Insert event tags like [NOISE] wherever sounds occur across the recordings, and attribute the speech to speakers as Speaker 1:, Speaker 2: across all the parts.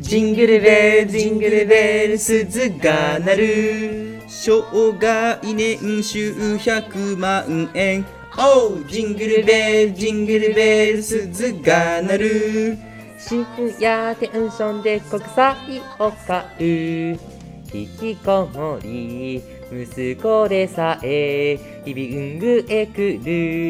Speaker 1: ジングルベルジングルベル鈴が鳴る
Speaker 2: 生涯年収100万円
Speaker 1: おうジングルベルジングルベル鈴が鳴る
Speaker 3: 渋谷テンションで国際を買う引きこもり息子でさえリビングへ来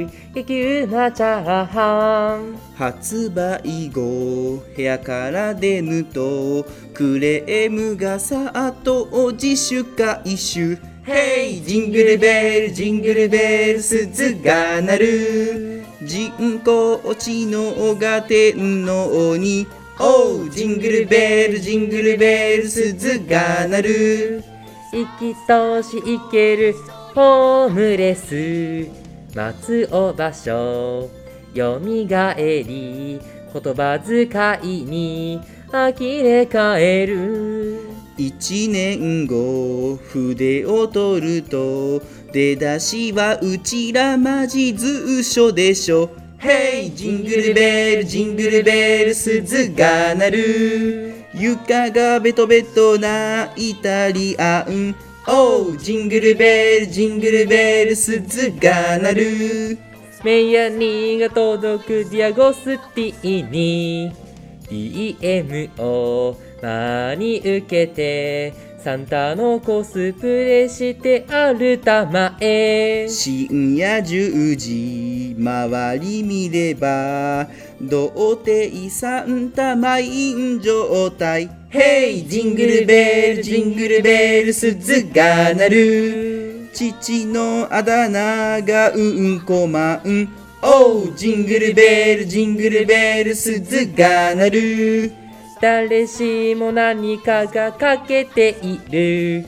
Speaker 3: る激うまチャーハン
Speaker 2: 発売後部屋から出ぬとクレームがさっと自主回収
Speaker 1: ヘイジングルベルジングルベル鈴が鳴る
Speaker 2: 人工知能が天皇に
Speaker 1: おうジングルベルジングルベル鈴が鳴る
Speaker 3: 生き通し生けるホームレス松尾芭蕉よみがえり言葉遣いに呆れ返る
Speaker 2: 一年後筆を取ると出だしはうちらマジ図書でしょ
Speaker 1: ヘイジングルベルジングルベル鈴が鳴る
Speaker 2: 床がベトベトなイタリアン
Speaker 1: おうジングルベルジングルベル鈴が鳴る
Speaker 3: メイヤニーが届くディアゴスティーニ DM を真に受けてサンタのコスプレしてある玉へ
Speaker 2: 深夜10時周り見れば童貞サンタ満員状態
Speaker 1: ヘイジングルベルジングルベル鈴が鳴る
Speaker 2: 父のあだ名がうんこまん
Speaker 1: おうジングルベルジングルベル鈴が鳴る
Speaker 3: 誰しも何かが欠けている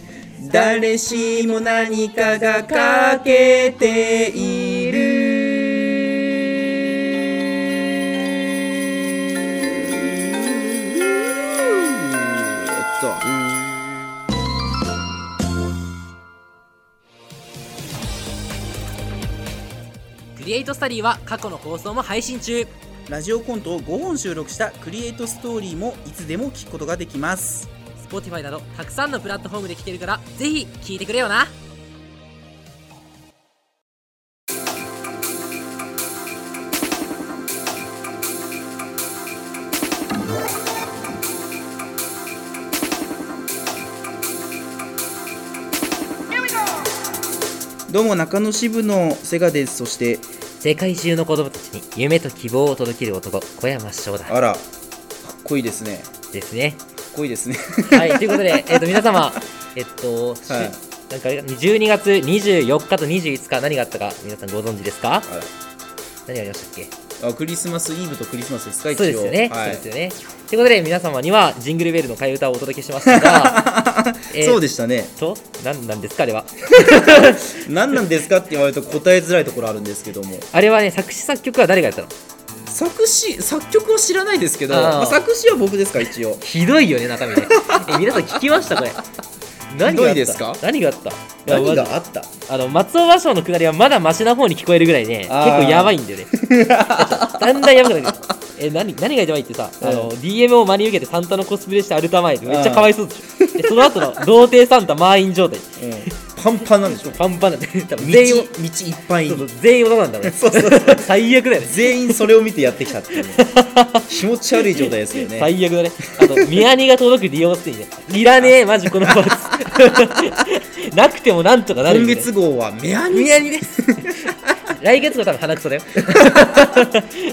Speaker 1: 誰しも何かが欠けている
Speaker 4: クリエイトスタディは過去の放送も配信中
Speaker 2: ラジオコントを5本収録したクリエイトストーリーもいつでも聞くことができます
Speaker 4: Spotify などたくさんのプラットフォームで聴けるからぜひ聴いてくれよな
Speaker 2: どうも中野支部のセガですそして
Speaker 3: 世界中の子供たちに夢と希望を届ける男小山翔だ
Speaker 2: あらかっこいいですねか
Speaker 3: ですね
Speaker 2: っこいい [LAUGHS] ですね
Speaker 3: はいということで、えっと皆様えっと、し
Speaker 2: はい
Speaker 3: なんかあれ12月24日と21日何があったか皆さんご存知ですか何がありましたっけ
Speaker 2: あクリスマスイーブとクリスマスですか一応
Speaker 3: そうですよね、
Speaker 2: はい、
Speaker 3: そうですよねということで皆様にはジングルベルの替え歌をお届けしましたが
Speaker 2: [LAUGHS]
Speaker 3: えー
Speaker 2: そうでしたね
Speaker 3: と何なんですかあれは
Speaker 2: 何なんですかって言われると答えづらいところあるんですけども
Speaker 3: あれはね作詞作曲は誰がやったの
Speaker 2: 作詞作曲は知らないですけど、
Speaker 3: あー
Speaker 2: まあ、作詞は僕ですから一応
Speaker 3: ひどいよね中身ね [LAUGHS] え皆さん聞きましたこれ何があ
Speaker 2: [LAUGHS] ひど
Speaker 3: った
Speaker 2: いですか
Speaker 3: 何があったいや
Speaker 2: 何
Speaker 3: ま
Speaker 2: があった
Speaker 3: あの松尾芭蕉のくだりはまだマシな方に聞こえるぐらいね結
Speaker 2: あー
Speaker 3: 構やばいんだよねだんだんやばくなるえ何何がやばいってさ、あの DM を真に受けてサンタのコスプレしてアルタ前でめっちゃかわいそうでしょ、でその後の童貞サンタ満員状態
Speaker 2: うん、パンパンなんでしょ
Speaker 3: パンパンなんで多分
Speaker 2: 道道
Speaker 3: 全員
Speaker 2: いっぱい
Speaker 3: そうそ
Speaker 2: に
Speaker 3: う全員男なんだろうね
Speaker 2: そうそう
Speaker 3: 最悪だよね
Speaker 2: 全員それを見てやってきたっていうね気持ち悪い状態ですけどね
Speaker 3: [LAUGHS] 最悪だねあと宮にが届く利用スティねいらねえマジこのパーツ [LAUGHS] なくてもなんとかなる
Speaker 2: 今
Speaker 3: よね
Speaker 2: 月号はメア
Speaker 3: [LAUGHS]
Speaker 2: ニ
Speaker 3: 宮にね来月号多分鼻くそだよ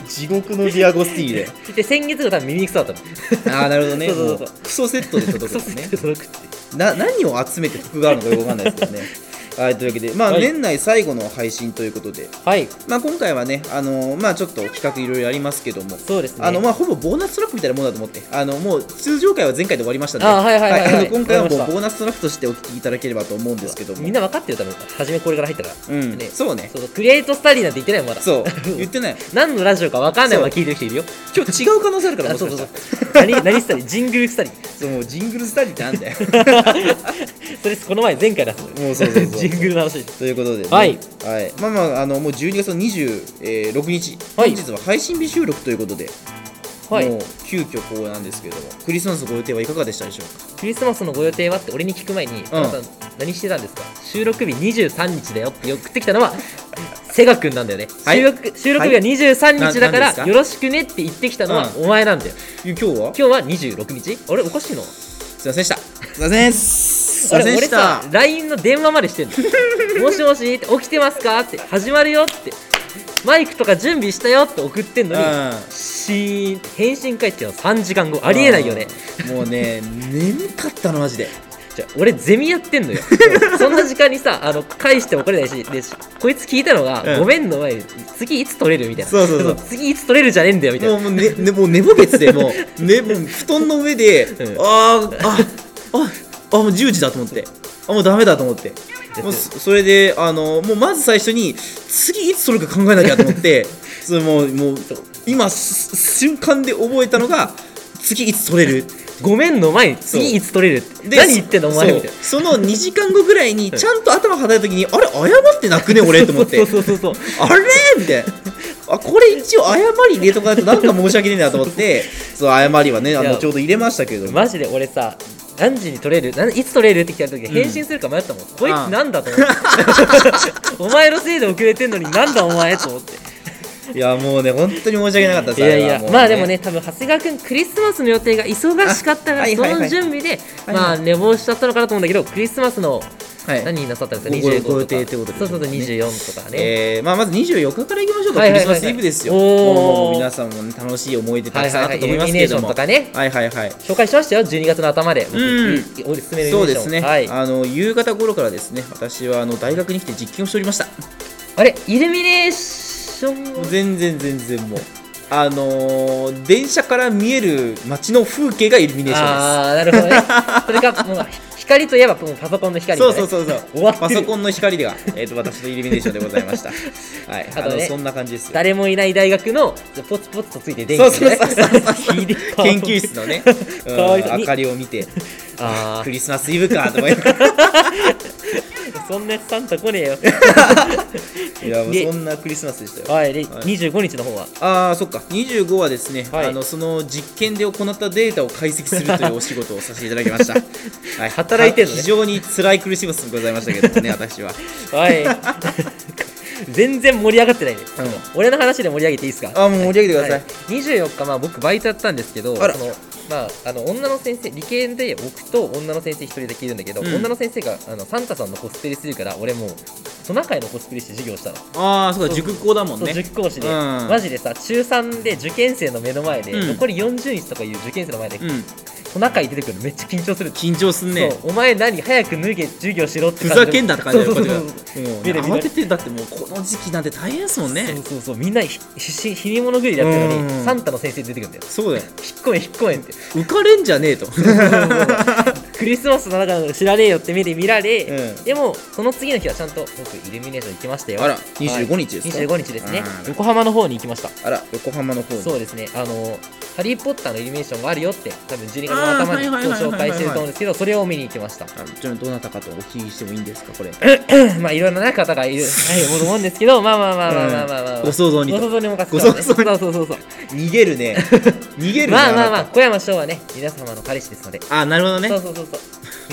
Speaker 2: 地獄のディアゴスティーで
Speaker 3: で先月が多分耳くそだったの
Speaker 2: ああなるほどね
Speaker 3: そうそうそう
Speaker 2: もうクソセットで届くんですね
Speaker 3: クソ [LAUGHS] 届くって
Speaker 2: な何を集めて得があるのかよくわかんないですけどねはいというわけでまあ、
Speaker 3: はい
Speaker 2: 年内最後の配信ということで
Speaker 3: はい
Speaker 2: まあ今回はねあのーまあちょっと企画いろいろありますけども
Speaker 3: そうですね
Speaker 2: あのまあほぼボーナストラックみたいなもんだと思ってあのもう通常回は前回で終わりましたね
Speaker 3: あはいはいはいはい
Speaker 2: あの今回はもう
Speaker 3: わかりました
Speaker 2: ボーナストラックとしてお聞きいただければと思うんですけども
Speaker 3: みんな分かってる多分初めこれから入ったから
Speaker 2: うん
Speaker 3: ね
Speaker 2: そうね
Speaker 3: そうそうクリエイトスタディなんて言ってないもんまだ [LAUGHS]
Speaker 2: そう言ってない
Speaker 3: 何のラジオか分かんないまま聞いてる人いるよ
Speaker 2: 今日違う可能性あるから
Speaker 3: あ
Speaker 2: もし
Speaker 3: そ
Speaker 2: か
Speaker 3: うそう
Speaker 2: した
Speaker 3: そう
Speaker 2: ら
Speaker 3: 何何スタディジングルスタディ
Speaker 2: そうもうジングルスタディってなん
Speaker 3: [LAUGHS]
Speaker 2: だよ
Speaker 3: それこの前前回のやつ
Speaker 2: もうそうそう [LAUGHS] そう
Speaker 3: ジングルの話
Speaker 2: ということでね、
Speaker 3: はい
Speaker 2: はい、まあまああのもう12月の26日、
Speaker 3: は
Speaker 2: 本
Speaker 3: い
Speaker 2: 日は配信日収録ということで
Speaker 3: はい
Speaker 2: もう急遽こうなんですけれどもクリスマスのご予定はいかがでしたでしょうか
Speaker 3: クリスマスのご予定はって俺に聞く前に、あなた何してたんですか収録日23日だよって送ってきたのはセガ君なんだよね、
Speaker 2: はい
Speaker 3: 収録収録日は23日
Speaker 2: ななん
Speaker 3: だか
Speaker 2: で
Speaker 3: ら、
Speaker 2: すか
Speaker 3: よろしくねって言ってきたのはお前なんだよ、
Speaker 2: 今日は
Speaker 3: 今日は26日あれおかしいな
Speaker 2: すいませんでしたすいませんっすすい
Speaker 3: あ
Speaker 2: ません
Speaker 3: れ
Speaker 2: で
Speaker 3: 俺
Speaker 2: した
Speaker 3: さ LINE の電話までしてんの
Speaker 2: [LAUGHS]
Speaker 3: もしもしって起きてますかって始まるよってマイクとか準備したよって送ってんのに、
Speaker 2: うん
Speaker 3: シーン返信返っての3時間後ありえないよね
Speaker 2: もうね眠かったのマジで
Speaker 3: じゃあ俺ゼミやってんのよ [LAUGHS] そんな時間にさあの返しても来れないしでしこいつ聞いたのが、
Speaker 2: うん
Speaker 3: ごめんの前に次いつ取れるみたいな
Speaker 2: そうそうそう
Speaker 3: 次いつ取れるじゃねえんだよみたい
Speaker 2: も
Speaker 3: な
Speaker 2: うもう,、ねね、もう寝ぼけててもう,、ね、もう布団の上で、あ
Speaker 3: ん
Speaker 2: ーあああもう10時だと思ってあもうダメだと思ってもうそそれであのもうまず最初に次いつ取るか考えなきゃと思って
Speaker 3: [LAUGHS]
Speaker 2: それもうもう今す瞬間で覚えたのが次いつ取れる
Speaker 3: ごめんの前に次いつ取れるって何言ってんのお前
Speaker 2: そう
Speaker 3: みたいな
Speaker 2: その2時間後ぐらいにちゃんと頭働いた時にあれ謝ってなくね俺と思って
Speaker 3: そうそうそうそう
Speaker 2: あれみたいな。あこれ一応謝り入れとかないとなんか申し訳ねえなと思ってそう謝りはねあ
Speaker 3: いや
Speaker 2: のちょうど入れましたけれども
Speaker 3: マジで俺さ何時に取れるなんいつ取れるって聞かれた時返信するか迷ったもん、こいつなんだと思って [LAUGHS] お前のせいで遅れてんのになんだお前と思
Speaker 2: [LAUGHS]
Speaker 3: って
Speaker 2: いやもうね本当に申し訳なかったです
Speaker 3: いやいや、
Speaker 2: あれはう
Speaker 3: まあでもね、多分長谷川君、クリスマスの予定が忙しかったから、
Speaker 2: あはい
Speaker 3: そ
Speaker 2: はいはい
Speaker 3: の準備で、
Speaker 2: はい
Speaker 3: まあ寝坊しちゃったのかなと思うんだけど、クリスマスの
Speaker 2: はい
Speaker 3: 何になさったんですか、
Speaker 2: ご
Speaker 3: 25とか
Speaker 2: ご予定ってことです
Speaker 3: そ
Speaker 2: ね
Speaker 3: うそうそう、24とかね。
Speaker 2: えーまあ、まず24日からいきましょうか、
Speaker 3: はいはいはい
Speaker 2: クリスマスイブですよ。
Speaker 3: おー
Speaker 2: もう皆さんも、ね、楽しい思い出たくさんあったと思いますけれども。
Speaker 3: はいはいはいイルミネーションと
Speaker 2: はいはいはい
Speaker 3: 紹介しましたよ、12月の頭で。僕
Speaker 2: うん
Speaker 3: おすすめの
Speaker 2: そう
Speaker 3: イルミ
Speaker 2: で
Speaker 3: ネーション
Speaker 2: すね、
Speaker 3: はい、
Speaker 2: あの夕方頃からですね、私はあの大学に来て実験をしておりました。
Speaker 3: あれ、イルミネーションは
Speaker 2: 全然全然もう。あのー、電車から見える街の風景がイルミネーションで
Speaker 3: あー、なるほどね。それが、もう光といえばもうパソコンの
Speaker 2: す。
Speaker 3: 光み
Speaker 2: そ
Speaker 3: た
Speaker 2: う
Speaker 3: いな
Speaker 2: そ
Speaker 3: ね
Speaker 2: うそうそう。
Speaker 3: 終わってる
Speaker 2: パソコンの光が、 [LAUGHS] えー、と私のイルミネーションでございま
Speaker 3: [LAUGHS]
Speaker 2: した。はい、あ
Speaker 3: あとね
Speaker 2: のそんな感じですよ。
Speaker 3: 誰もいない大学のポツポツとついてる電気
Speaker 2: そうそうそうそう
Speaker 3: ねひで
Speaker 2: [LAUGHS]
Speaker 3: え
Speaker 2: 研究室のね、うん
Speaker 3: [LAUGHS] かわいそうに
Speaker 2: 明かりを見て、
Speaker 3: あ
Speaker 2: クリスマスイブかと思いな
Speaker 3: [LAUGHS]
Speaker 2: がら
Speaker 3: ーそんなやつサンタ来ねえよ
Speaker 2: いやもう
Speaker 3: で
Speaker 2: そんなクリスマスでしたよ。
Speaker 3: はい、で、
Speaker 2: はい
Speaker 3: 25日の方は
Speaker 2: ああそっか25はですね、
Speaker 3: はい
Speaker 2: あのその実験で行ったデータを解析するというお仕事をさせていただきました、
Speaker 3: [LAUGHS]
Speaker 2: はい、
Speaker 3: 働いてんのね
Speaker 2: 非常に辛いクリスマスでございましたけどもね私は
Speaker 3: はい全然盛り上がってないね、
Speaker 2: う
Speaker 3: 俺の話で盛り上げていいですか
Speaker 2: あーもう盛り上げてください、
Speaker 3: はい、24日、まあ、僕バイトやったんですけど
Speaker 2: あら
Speaker 3: そのまあ、あの女の先生理系で僕と女の先生一人だけいるんだけど、
Speaker 2: うん
Speaker 3: 女の先生があのサンタさんのコスプレするから俺もうトナカイのコスプレして授業したの
Speaker 2: ああそうか塾校だもん
Speaker 3: そう
Speaker 2: ね
Speaker 3: 塾講師で、
Speaker 2: うん
Speaker 3: マジでさ中3で受験生の目の前で、
Speaker 2: うん
Speaker 3: 残り40日とかいう受験生の前で、
Speaker 2: うん
Speaker 3: トナカイ出てくるのめっちゃ緊張する
Speaker 2: 緊張すんね
Speaker 3: そうお前何早く脱げ授業しろって
Speaker 2: ふ
Speaker 3: 感じ
Speaker 2: ざけんなって感じだよ
Speaker 3: そう
Speaker 2: こ
Speaker 3: そ
Speaker 2: っ
Speaker 3: う
Speaker 2: ちが
Speaker 3: そう
Speaker 2: もう
Speaker 3: 見る見る
Speaker 2: 慌ててだってもうこの時期なんて大変ですもんね
Speaker 3: そうそうそうみんなひひしひにものぐりでやってるのに、
Speaker 2: うん
Speaker 3: サンタの先生出てくるんだよ
Speaker 2: そうだよ
Speaker 3: 引っ込め引っ込めって
Speaker 2: [LAUGHS] 浮かれんじゃねえと
Speaker 3: クリスマスの中の知らねえよって目で見られ、
Speaker 2: うん
Speaker 3: でもその次の日はちゃんと僕イルミネーション行きました
Speaker 2: [LAUGHS] [LAUGHS]
Speaker 3: よ
Speaker 2: あら25日ですか
Speaker 3: はい、25日ですね
Speaker 2: うん
Speaker 3: 横浜の方に行きました
Speaker 2: あら横浜の方に
Speaker 3: そうですね、あのハリー・ポッターのイルミネーションがあるよって、多分12月
Speaker 2: あ
Speaker 3: の
Speaker 2: ー
Speaker 3: 頭に
Speaker 2: はいはい
Speaker 3: 今日
Speaker 2: はいはい
Speaker 3: 紹介してると思うんですけど、それを見に行きました。 [LAUGHS]
Speaker 2: あちょっとどなたかとお聞きしてもいいんですかこれ
Speaker 3: まあ、いろんなね方がいる、はい、思うんですけど、まあまあまあまあまあまあまあ、
Speaker 2: ご想像に
Speaker 3: ご
Speaker 2: と
Speaker 3: 想像にお任せ
Speaker 2: ご
Speaker 3: しま
Speaker 2: 想
Speaker 3: す
Speaker 2: 像
Speaker 3: ね
Speaker 2: に
Speaker 3: そうそうそう
Speaker 2: 逃げるね [LAUGHS] 逃げ
Speaker 3: そう。
Speaker 2: るね
Speaker 3: まあまあま
Speaker 2: な
Speaker 3: あ、小山翔はね、皆様の彼氏ですので。
Speaker 2: たあなるほどね
Speaker 3: そうそうそうそう。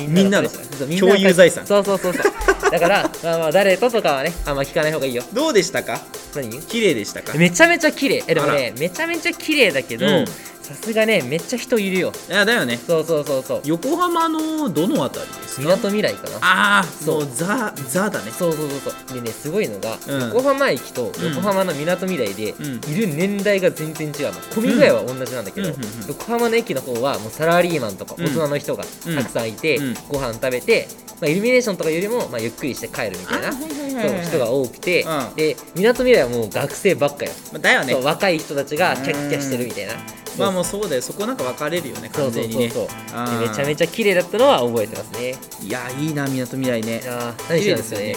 Speaker 2: みんなの
Speaker 3: 彼氏そうみんな彼氏
Speaker 2: 共有財産
Speaker 3: そうそうそうそう。だから、まあまあ、誰ととかはね、あんま聞かない方がいいよ。
Speaker 2: どうでしたか
Speaker 3: 何
Speaker 2: 綺麗でしたかい
Speaker 3: めちゃめちゃ綺麗えでも
Speaker 2: あ
Speaker 3: ねめちゃめちゃ綺麗だけど
Speaker 2: うん
Speaker 3: さすがねめっちゃ人いるよ
Speaker 2: やだよね
Speaker 3: そうそうそうそう
Speaker 2: 横浜のどのあたりです
Speaker 3: みな
Speaker 2: か
Speaker 3: とみらいかな
Speaker 2: ああ
Speaker 3: そ
Speaker 2: そううザザだね
Speaker 3: そうそうそうそうでねすごいのが、
Speaker 2: うん
Speaker 3: 横浜駅と
Speaker 2: うん
Speaker 3: 横浜のみなとみらいで、
Speaker 2: うん
Speaker 3: いる年代が全然違うの混み具合は同じなんだけど、
Speaker 2: うんうんうんうん
Speaker 3: 横浜の駅の方はもうサラリーマンとか
Speaker 2: うん
Speaker 3: 大人の人が
Speaker 2: うん
Speaker 3: たくさんいて、
Speaker 2: うん
Speaker 3: ご飯食べて、まあ、イルミネーションとかよりも、まあ、ゆっくりして帰るみたいな。
Speaker 2: あはいはいはい
Speaker 3: そ
Speaker 2: は
Speaker 3: う
Speaker 2: い
Speaker 3: 人が多くて、
Speaker 2: うん
Speaker 3: でみなとみらいはもう学生ばっかよ、
Speaker 2: まあだよね
Speaker 3: そう若い人たちがキャッキャしてるみたいな
Speaker 2: まあもうそうだよそこなんか分かれるよね
Speaker 3: そ
Speaker 2: 完
Speaker 3: うそう
Speaker 2: 全に
Speaker 3: そう
Speaker 2: ね
Speaker 3: そう
Speaker 2: あ
Speaker 3: で
Speaker 2: ー
Speaker 3: めちゃめちゃ綺麗だったのは覚えてますね
Speaker 2: いやいいなみなとみらいね
Speaker 3: いやー何してたんですかね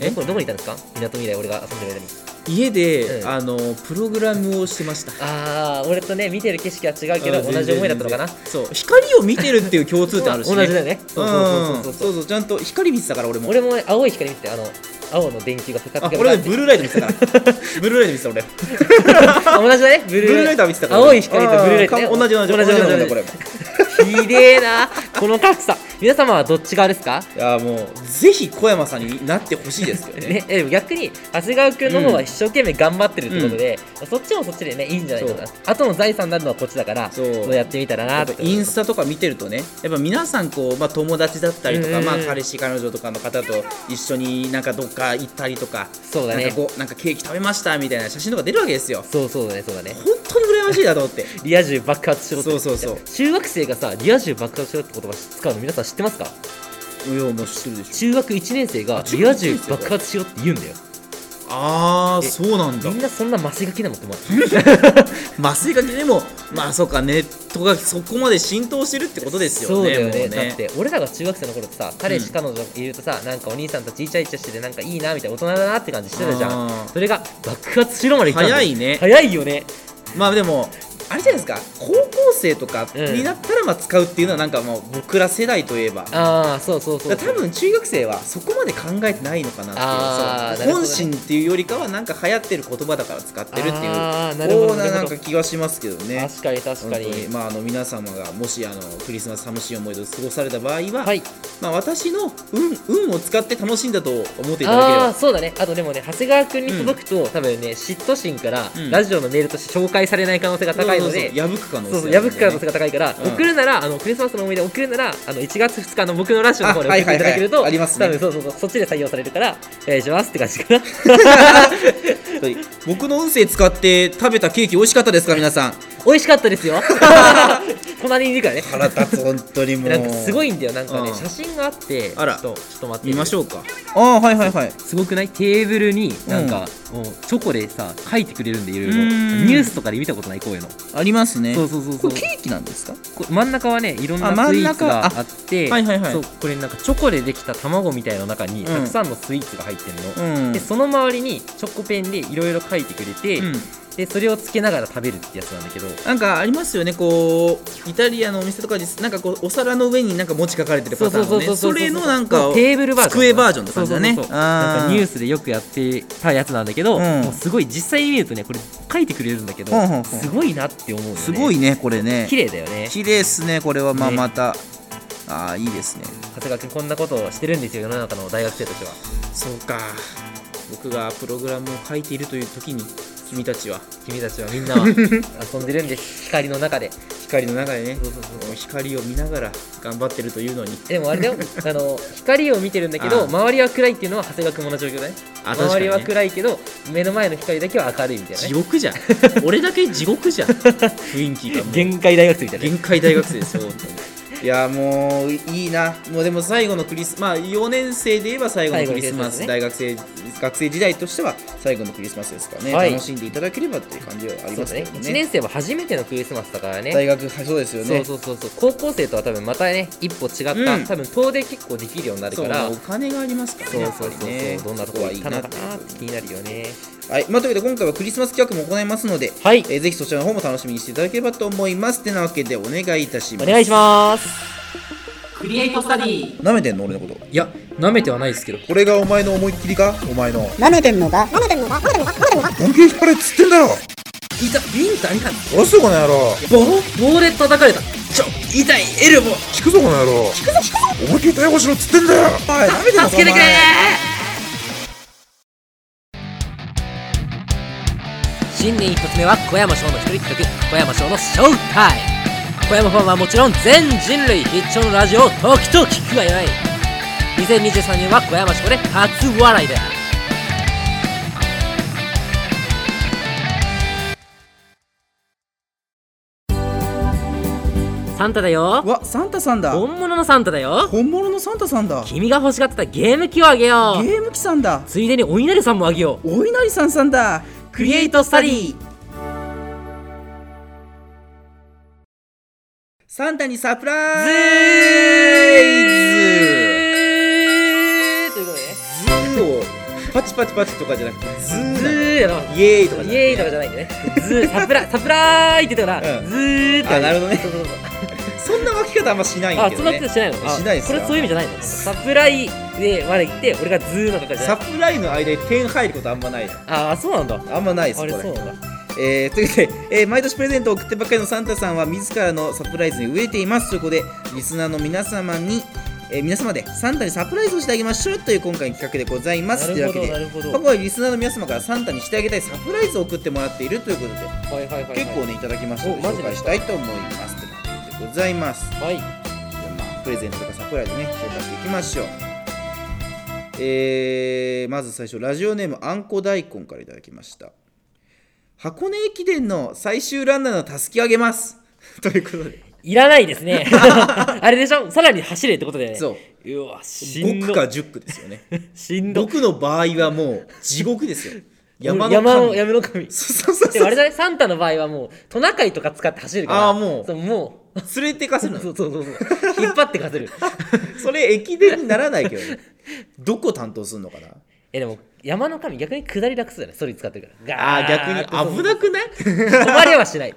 Speaker 2: え
Speaker 3: どこどこにいたんですかみなとみらい俺が遊んでる間に
Speaker 2: 家
Speaker 3: え
Speaker 2: で
Speaker 3: え
Speaker 2: あのプログラムをしてました
Speaker 3: ああ俺とね見てる景色は違うけど
Speaker 2: うん
Speaker 3: 同じ思いだったのかな
Speaker 2: 全然そう光を見てるっていう
Speaker 3: [LAUGHS]
Speaker 2: 共通点あるしね
Speaker 3: 同じだよねそうそうそううんそ
Speaker 2: そ
Speaker 3: う
Speaker 2: う
Speaker 3: そう
Speaker 2: そうちゃんと光見てたから俺も
Speaker 3: 俺もね青い光見ててあの青の電球がピカピ
Speaker 2: あ
Speaker 3: カピカ
Speaker 2: 俺ねブルーライト見てたから
Speaker 3: [LAUGHS]
Speaker 2: ブルーライト見てた俺
Speaker 3: あ同じだねブル
Speaker 2: ブルーライトは見てたから
Speaker 3: 青い光とブルーライトね
Speaker 2: あー同じ同じ
Speaker 3: 同じ同じ
Speaker 2: 同じこれ
Speaker 3: ひでえなこの格差皆様はどっち側ですか
Speaker 2: いやもうぜひ小山さんになってほしいですよね
Speaker 3: [LAUGHS] ね、えでも逆に長谷川君の方は一生懸命頑張ってるってことで、そっちもそっちでねいいんじゃないかな後の財産になるのはこっちだから
Speaker 2: そう
Speaker 3: やってみたらな
Speaker 2: や
Speaker 3: っ
Speaker 2: ってぱ
Speaker 3: 思い
Speaker 2: イ
Speaker 3: ま
Speaker 2: ン
Speaker 3: す
Speaker 2: スタとか見てるとねやっぱ皆さんこう、まあ、友達だったりとか、
Speaker 3: うん
Speaker 2: まあ、彼氏彼女とかの方と一緒になんかどっか行ったりとか
Speaker 3: そうだね
Speaker 2: なんかこうなんかケーキ食べましたみたいな写真とか出るわけですよ
Speaker 3: そうそうだねそうだね
Speaker 2: 本当に羨ましいなと
Speaker 3: [LAUGHS]
Speaker 2: 思って
Speaker 3: リア充爆発しろって
Speaker 2: そうそうそう
Speaker 3: 中学生がさリア充爆発しろって言葉使うの皆さん知ってますか
Speaker 2: いやもう知ってるでしょ
Speaker 3: 中学1年生が
Speaker 2: あ中
Speaker 3: リ
Speaker 2: 学
Speaker 3: ア
Speaker 2: 一年
Speaker 3: 充
Speaker 2: 生か
Speaker 3: 爆発しろって言うんだよ
Speaker 2: ああ
Speaker 3: え
Speaker 2: そうなんだ
Speaker 3: みんなそんなマシ書きなのって思う
Speaker 2: 麻酔かけでもまあそうかネットがそこまで浸透してるってことです
Speaker 3: そ
Speaker 2: よ
Speaker 3: うだ
Speaker 2: ね
Speaker 3: よ
Speaker 2: も
Speaker 3: ね
Speaker 2: う
Speaker 3: だって俺らが中学生の頃ってさ彼氏彼女いるとさ、なんかお兄さんたちイチャイチャしててなんかいいなみたいな大人だなって感じしてたじゃ
Speaker 2: あ
Speaker 3: ん
Speaker 2: ー
Speaker 3: それが爆発しろまでいったんだよ
Speaker 2: 早いね
Speaker 3: 早いよね
Speaker 2: まあでもあれじゃないですか高校生とかになったらまあ使うっていうのはなんかもう僕ら世代といえば
Speaker 3: ああそうそうそう
Speaker 2: だから多分中学生はそこまで考えてないのかな
Speaker 3: あー
Speaker 2: って
Speaker 3: ないる
Speaker 2: うそう
Speaker 3: ほどね
Speaker 2: 本心っていうよりかはなんか流行ってる言葉だから使ってるっていう
Speaker 3: あーなるほど
Speaker 2: こうな
Speaker 3: なる
Speaker 2: な
Speaker 3: ほ
Speaker 2: ん
Speaker 3: ど
Speaker 2: か気がしますけどね
Speaker 3: 確かに確かに
Speaker 2: 本当まあ、あの皆様がもしあのクリスマス寂しい思い出を過ごされた場合は、
Speaker 3: はい
Speaker 2: まあ、私の運運を使って楽しんだと思っていただけれ
Speaker 3: ああー
Speaker 2: ば
Speaker 3: そうだねあとでもね長谷川君に届くと、多分ね嫉妬心から、
Speaker 2: うん
Speaker 3: ラジオのメールとして紹介されない可能性が高いの
Speaker 2: そう
Speaker 3: で
Speaker 2: そうそう破く可能性
Speaker 3: そうそう
Speaker 2: ある
Speaker 3: 破
Speaker 2: ん
Speaker 3: く
Speaker 2: でね
Speaker 3: 可能性が高いから、
Speaker 2: うん
Speaker 3: 送るならあのクリスマスの思い出送るならあの1月2日の僕のラジオの方で送っていただけると、
Speaker 2: あはいはいはいありますね
Speaker 3: 多分そうそうそうそっちで採用されるからお願いしますって感じ
Speaker 2: [LAUGHS]
Speaker 3: かな
Speaker 2: はい僕の運勢使って食べたケーキ美味しかったですか皆さん
Speaker 3: 美味しかったです
Speaker 2: [LAUGHS]
Speaker 3: よ隣にいるからね
Speaker 2: 腹立つ本当にもう
Speaker 3: なんかすごいんだよなんかね、
Speaker 2: うん
Speaker 3: 写真があって
Speaker 2: あら
Speaker 3: ちょっとちょっと待って
Speaker 2: 見ましょ
Speaker 3: う
Speaker 2: うかああはいはいはい
Speaker 3: すごくないテーブルになんか、もうチョコでさ書いてくれるんでいろいろ
Speaker 2: うーん
Speaker 3: ニュースとかで見たことないこういうの
Speaker 2: ありますね
Speaker 3: そうそうそうそう
Speaker 2: これケーキなんですか
Speaker 3: こ真ん中はねいろんな
Speaker 2: あ真
Speaker 3: ス
Speaker 2: ん
Speaker 3: イー
Speaker 2: 中
Speaker 3: ツがあって
Speaker 2: あはいはいはい
Speaker 3: そうこれなんかチョコでできた卵みたいな中に
Speaker 2: ん
Speaker 3: たくさんのスイーツが入ってるの、
Speaker 2: うん
Speaker 3: でその周りにチョコペンでいろいろ書いてくれて、
Speaker 2: うん
Speaker 3: でそれをつけながら食べるってやつなんだけど
Speaker 2: なんかありますよねこうイタリアのお店とかになんかこうお皿の上になんか文字書かれてるパターンのねそれのなんか
Speaker 3: テーブルバージョン
Speaker 2: 机バージョンって感じだね
Speaker 3: そうそうそ
Speaker 2: あ
Speaker 3: う
Speaker 2: ー
Speaker 3: なんかニュースでよくやってたやつなんだけど、
Speaker 2: うん
Speaker 3: もうすごい実際に見るとねこれ書いてくれるんだけど、
Speaker 2: ほんほんほん
Speaker 3: すごいなって思うよね
Speaker 2: すごいねこれね
Speaker 3: 綺麗だよね
Speaker 2: 綺麗っすねこれはまあ
Speaker 3: ね
Speaker 2: また、ああいいですね
Speaker 3: 長谷川君こんなことをしてるんですよ世の中の大学生たちは
Speaker 2: そうか僕がプログラムを書いているという時に君たちは
Speaker 3: 君たちはみんな [LAUGHS] は遊んでるんです光の中で
Speaker 2: 光の中でね
Speaker 3: そうそうそう
Speaker 2: 光を見ながら頑張ってるというのに
Speaker 3: でもあれ [LAUGHS] だよあの光を見てるんだけ
Speaker 2: あ
Speaker 3: ど
Speaker 2: ー
Speaker 3: 周りは暗いっていうのは長谷川君も同じ状況だね
Speaker 2: あ確かにね
Speaker 3: 周りは暗いけど目の前の光だけは明るいみたいな、
Speaker 2: 地
Speaker 3: ね、
Speaker 2: 獄じゃ [LAUGHS] ん俺だけ地獄じゃん雰囲気がもう
Speaker 3: 限界大学生みたいなね
Speaker 2: 限界大学生ですよ本当にいやもういいなもうでも最後のクリスまあ4年生で言えば最後のクリスマス、
Speaker 3: 最
Speaker 2: 大学生学生時代としては最後のクリスマスですからね、
Speaker 3: はい
Speaker 2: 楽しんでいただければっていう感じはあり
Speaker 3: そう
Speaker 2: ま
Speaker 3: だ
Speaker 2: す
Speaker 3: ね
Speaker 2: けどね
Speaker 3: 1年生は初めてのクリスマスだからね
Speaker 2: 大学はいそうですよね
Speaker 3: そうそうそうそう高校生とは多分またね一歩違った、
Speaker 2: うん
Speaker 3: 多分遠出結構できるようになる
Speaker 2: そ
Speaker 3: か
Speaker 2: う
Speaker 3: ら
Speaker 2: お金がありますから
Speaker 3: そう
Speaker 2: ね
Speaker 3: そうそうそう、
Speaker 2: やっぱりね
Speaker 3: どんなとこがいいかなって
Speaker 2: そこはいいなって
Speaker 3: 気になるよね
Speaker 2: はい、まあ、というわけで今回はクリスマス企画も行いますので、
Speaker 3: はい
Speaker 2: えーぜひそちらの方も楽しみにしていただければと思いますてなわけでお願いいたしま
Speaker 3: お
Speaker 2: す
Speaker 3: 願いします
Speaker 4: クリエイトスタディ
Speaker 2: なめてんの俺のこと
Speaker 4: いや舐めてはないですけど
Speaker 2: これがお前の思いっきりかお前の
Speaker 5: 舐めてんのか舐めてんのか
Speaker 2: 関係引っ張れっつってんだろ
Speaker 4: いたビンタにかん
Speaker 2: 殺すぞこの野郎
Speaker 4: ボ棒で叩かれた
Speaker 2: ちょ痛いエルボ
Speaker 6: 聞くぞこの野郎思いっきり逮捕しろっつってんだよ
Speaker 2: おい舐めてんのか
Speaker 4: 助けてくれ新年一発目は小山翔の一人企画小山翔のショータイム小山ファンはもちろん全人類必聴のラジオをときと聞くがよい2023年は小山翔で初笑いだサンタだよ
Speaker 2: お前わサンタさんだ
Speaker 3: 本物のサンタだよ
Speaker 2: 本物のサンタさんだ
Speaker 3: 君が欲しがってたゲーム機をあげよう
Speaker 2: ゲーム機さんだ
Speaker 3: ついでにお稲荷さんもあげよう
Speaker 2: お稲荷さんさんだク
Speaker 3: リエイトスタディ
Speaker 2: サンタにサプライズ
Speaker 3: えーということでね
Speaker 2: ズーをパチパチパチとかじゃなくてズー
Speaker 3: ズ
Speaker 2: なの
Speaker 3: ーやろ
Speaker 2: イエーイとか
Speaker 3: イ
Speaker 2: じゃなくて
Speaker 3: エーイとかじゃないん
Speaker 2: [LAUGHS]
Speaker 3: でねズーサプラサプラーイって言ったから、
Speaker 2: うん
Speaker 3: ズーって
Speaker 2: あなるほどね
Speaker 3: そうそうそう
Speaker 2: そんなわけき方あんましない
Speaker 3: あ
Speaker 2: んだけ
Speaker 3: 集
Speaker 2: ど
Speaker 3: まっ
Speaker 2: ね
Speaker 3: てしないのあ
Speaker 2: しないです
Speaker 3: こ
Speaker 2: よ
Speaker 3: れそういう意味じゃないのサプライでまで行って俺がズーのかじゃ
Speaker 2: サ
Speaker 3: ない
Speaker 2: プライの間に点入ることあんまないの
Speaker 3: ああそうなんだ
Speaker 2: あんまないです
Speaker 3: あ
Speaker 2: こ
Speaker 3: れ
Speaker 2: れ
Speaker 3: そうなんだ
Speaker 2: えーということで、えー毎年プレゼントを送ってばかりのサンタさんは自らのサプライズに飢えていますということでリスナーの皆様に、えー皆様でサンタにサプライズをしてあげましょうという今回の企画でございます
Speaker 3: なるほど
Speaker 2: という
Speaker 3: な
Speaker 2: わ
Speaker 3: るほ
Speaker 2: け
Speaker 3: ど
Speaker 2: で
Speaker 3: は
Speaker 2: 過去はリスナーの皆様からサンタにしてあげたいサプライズを送ってもらっているということで、
Speaker 3: いはいはいはい
Speaker 2: 結構ねいただきましたので
Speaker 3: おマジ
Speaker 2: 紹介
Speaker 3: です
Speaker 2: し
Speaker 3: か
Speaker 2: たいと思いますということでございます
Speaker 3: はい
Speaker 2: じゃあまあプレゼントとかサプライズね紹介していきましょうえー、まず最初ラジオネームあんこ大根からいただきました箱根駅伝の最終ランナーのたすきあげます [LAUGHS] ということで
Speaker 3: いらないです
Speaker 2: [LAUGHS]
Speaker 3: ねあれでしょさらに走れってことだよね
Speaker 2: そう
Speaker 3: うわしん
Speaker 2: 5
Speaker 3: ど
Speaker 2: 区か10区ですよね
Speaker 3: しんど
Speaker 2: 6の場合はもう地獄ですよ山の
Speaker 3: [LAUGHS] 山の
Speaker 2: 神
Speaker 3: 山の神
Speaker 2: そうそうそう
Speaker 3: でもあれだねサンタの場合はもうトナカイとか使って走るから
Speaker 2: あーもう
Speaker 3: そうもう
Speaker 2: 連れてかせ [LAUGHS] るの
Speaker 3: そうそうそうそう引っ張ってかせる
Speaker 2: それ駅伝にならないけどねどこ担当するのかな
Speaker 3: えでも山の神逆に下り楽そうだねそれ使ってるから
Speaker 2: あー逆に危なくない
Speaker 3: く止まれはしない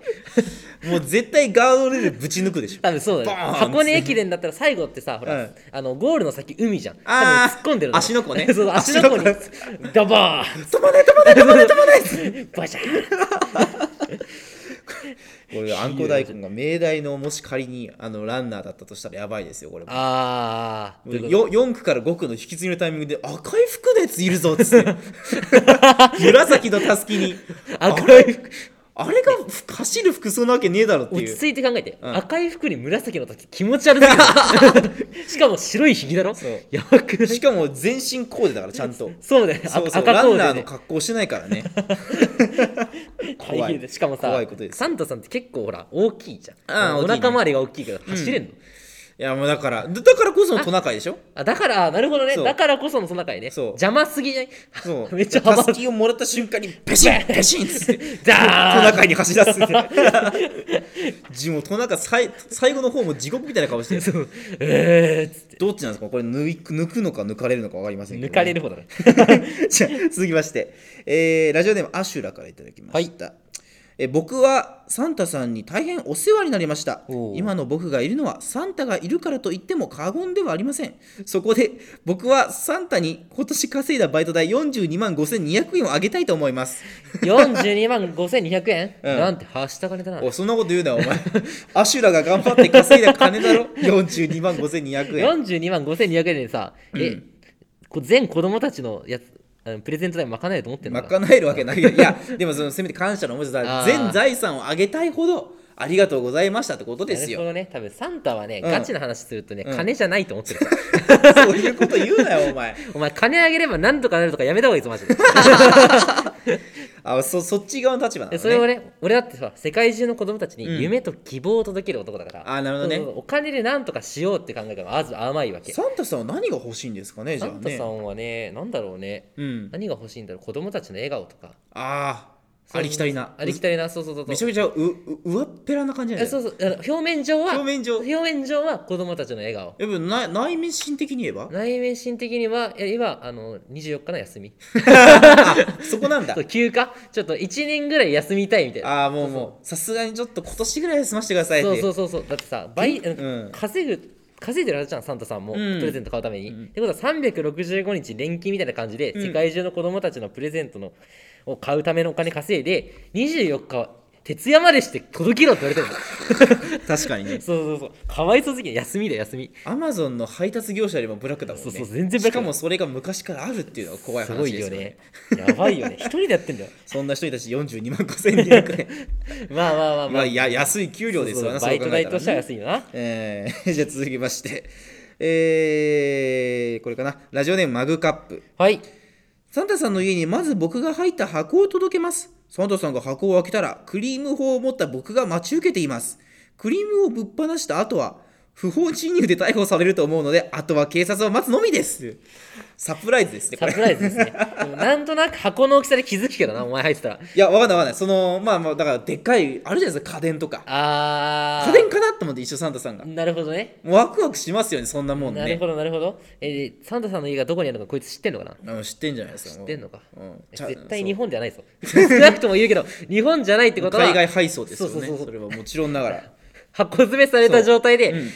Speaker 2: もう絶対ガードレールぶち抜くでしょ
Speaker 3: 多分そうだね
Speaker 2: バーン
Speaker 3: 箱根駅伝だったら最後ってさほら、
Speaker 2: うん
Speaker 3: あのゴールの先海じゃん多分
Speaker 2: あー
Speaker 3: 突っ込んでるだろ
Speaker 2: 芦ノ湖ね
Speaker 3: [LAUGHS] そう足の湖に
Speaker 2: 芦ノ
Speaker 3: ガバーン
Speaker 2: 止まない止まない止まない止まない
Speaker 3: バシャーン
Speaker 2: これあんこ大根が命題のもし仮にあのランナーだったとしたらやばいですよこれ
Speaker 3: あーどういうこと
Speaker 2: よ4区から5区の引き継ぎのタイミングで赤い服のやついるぞっつって [LAUGHS] 紫のたすきに
Speaker 3: 赤い服
Speaker 2: あれが服走る服装なわけねえだろって
Speaker 3: 落
Speaker 2: い
Speaker 3: ち
Speaker 2: う
Speaker 3: 着いて考えて、
Speaker 2: うん
Speaker 3: 赤い服に紫の時気持ち悪すぎ
Speaker 2: [LAUGHS]
Speaker 3: るしかも白いひげだろ
Speaker 2: そう
Speaker 3: やばくない
Speaker 2: しかも全身コーデだからちゃんと
Speaker 3: そうだよね
Speaker 2: そうそう
Speaker 3: 赤
Speaker 2: ラ
Speaker 3: コ
Speaker 2: ンナ
Speaker 3: ー
Speaker 2: ー
Speaker 3: デ
Speaker 2: の
Speaker 3: で
Speaker 2: 格好してないから
Speaker 3: [LAUGHS]
Speaker 2: ね怖い
Speaker 3: 大変でしかもさ
Speaker 2: 怖いことです
Speaker 3: サンタさんって結構ほら大きいじゃん
Speaker 2: あー
Speaker 3: お
Speaker 2: 大きいね
Speaker 3: 腹周りが大きいから走れんの、
Speaker 2: いやもうだからだからこそのトナカイでしょ
Speaker 3: あだからあなるほどね
Speaker 2: そう
Speaker 3: だからこそのその中にね
Speaker 2: そう
Speaker 3: 邪魔す
Speaker 2: [LAUGHS]
Speaker 3: ぎない
Speaker 2: そう
Speaker 3: [LAUGHS] めっちゃ幅
Speaker 2: たすきをもらった瞬間にペシ
Speaker 3: [LAUGHS]
Speaker 2: ンペシンっつってトナ
Speaker 3: ダーン
Speaker 2: カイに走らせ [LAUGHS] てじもうトナカイ最最後の方も地獄みたいな顔
Speaker 3: [LAUGHS]
Speaker 2: して
Speaker 3: そうえーっつって
Speaker 2: どっちなんですかこれ抜く抜くのか抜かれるのか分かりませんけど、
Speaker 3: 抜かれ
Speaker 2: [LAUGHS]
Speaker 3: る方だね
Speaker 2: じゃあ続きまして、えーラジオネームアシュラからいただきました、えー僕はサンタさんに大変お世話になりました
Speaker 3: おう
Speaker 2: 今の僕がいるのはサンタがいるからと言っても過言ではありませんそこで僕はサンタに今年稼いだバイト代42万5200円をあげたいと思います
Speaker 3: 42万5200円、
Speaker 2: うん
Speaker 3: なんてはした金だな
Speaker 2: おいそんなこと言うなお前 [LAUGHS] アシュラが頑張って稼いだ金だろ42万5200円
Speaker 3: 42万5200円でさ、えこ全子供たちのやつあのプレゼント代賄えると思ってんの
Speaker 2: ま
Speaker 3: かな
Speaker 2: かないるわけないよいやでもそのせめて感謝の思いで
Speaker 3: あー
Speaker 2: さ全財産をあげたいほどありがとうございましたってことです
Speaker 3: なる
Speaker 2: よ
Speaker 3: ほどね多分サンタはね、
Speaker 2: うん
Speaker 3: ガチな話するとね、
Speaker 2: うん
Speaker 3: 金じゃないと思ってるか
Speaker 2: [LAUGHS]
Speaker 3: ら [LAUGHS]
Speaker 2: そういうこと言うなよお前
Speaker 3: お前金あげればなんとかなるとかやめた方がいいぞマ
Speaker 2: [LAUGHS]
Speaker 3: ジで
Speaker 2: あそそっち側の立場なの
Speaker 3: で
Speaker 2: ね
Speaker 3: それをね俺だってさ世界中の子供たちに
Speaker 2: うん
Speaker 3: 夢と希望を届ける男だから、
Speaker 2: あーなるほどね
Speaker 3: そうそうそうお金でなんとかしようって考えがまず甘いわけ
Speaker 2: サンタさんは何が欲しいんですかねじ
Speaker 3: サ
Speaker 2: ゃあ
Speaker 3: ンタ
Speaker 2: ね
Speaker 3: さんはねなんだろうね
Speaker 2: うん
Speaker 3: 何が欲しいんだろう子供たちの笑顔とか
Speaker 2: ああありきたりな
Speaker 3: ありきたりなそうそうそうそう
Speaker 2: めちゃめちゃうう上っぺらな感じじゃない
Speaker 3: え
Speaker 2: です
Speaker 3: そ
Speaker 2: か
Speaker 3: うそうあの表面上は
Speaker 2: 表面上
Speaker 3: 表面上は子供たちの笑顔
Speaker 2: やっぱ内内面心的に言え
Speaker 3: [LAUGHS]
Speaker 2: ば
Speaker 3: 内面心的にはえ今あの24日の休み
Speaker 2: そこなんだ
Speaker 3: [LAUGHS] そう休暇ちょっと1年ぐらい休みたいみたいな
Speaker 2: ああもうもうさすがにちょっと今年ぐらい休ませてくださいって
Speaker 3: そうそうそうそうだってさ倍、
Speaker 2: うん
Speaker 3: 稼ぐ稼いでるはずじゃんサンタさんも、
Speaker 2: うん
Speaker 3: プレゼント買うために、ってことは365日連勤みたいな感じで、世界中の子供たちのプレゼントのを買うためのお金稼いで24日は徹夜までして届けろって言われてるん
Speaker 2: [LAUGHS]
Speaker 3: だ
Speaker 2: 確かにね
Speaker 3: そうそうそうかわいそうすぎる休みだよ休み
Speaker 2: アマゾンの配達業者よりもブラックだもんね
Speaker 3: そうそう全然ブラックだ
Speaker 2: しかもそれが昔からあるっていうのが怖い
Speaker 3: すご
Speaker 2: 話
Speaker 3: い
Speaker 2: で
Speaker 3: よ
Speaker 2: すよね
Speaker 3: ねやばいよね一人でやってんだよ
Speaker 2: そんな人たち42万5200円
Speaker 3: まあまあ [LAUGHS] まあま
Speaker 2: ま
Speaker 3: あ
Speaker 2: あや安い給料ですよね
Speaker 3: バイト代としては
Speaker 2: ね
Speaker 3: 安いよな
Speaker 2: えー [LAUGHS] じゃあ続きましてえー、これかなラジオネームマグカップ
Speaker 3: はい
Speaker 2: サンタさんの家にまず僕が入った箱を届けます。サンタさんが箱を開けたら、クリーム砲を持った僕が待ち受けています。クリームをぶっ放した後は、不法侵入で逮捕されると思うので、あとは警察を待つのみです。サプライズですね、こ
Speaker 3: サ
Speaker 2: れ。
Speaker 3: プライズです
Speaker 2: [LAUGHS]
Speaker 3: ねでもなんとなく箱の大きさで気づくけどなお前入ってたら
Speaker 2: いや、わかんないわかんない。その、まあまあ、だから、でっかい、あるじゃないですか、家電とか。
Speaker 3: あー
Speaker 2: 家電かなと思って、一緒サンタさんが。も
Speaker 3: なるほどね
Speaker 2: うワクワクしますよね、そんなもん
Speaker 3: なる
Speaker 2: ね
Speaker 3: ほ。どなるほどえーサンタさんの家がどこにあるのかこいつ知ってんのかな
Speaker 2: うん知ってんじゃないですか。知
Speaker 3: 知ってんのか
Speaker 2: うん、ちゃ
Speaker 3: 絶対日本じゃないぞ少なくとも言う
Speaker 2: [LAUGHS]
Speaker 3: けど日本じゃないってことは
Speaker 2: 海外配送ですよね。
Speaker 3: そうそうそうそう
Speaker 2: それはもちろんながら。
Speaker 3: 箱詰めされた状態で、
Speaker 2: うん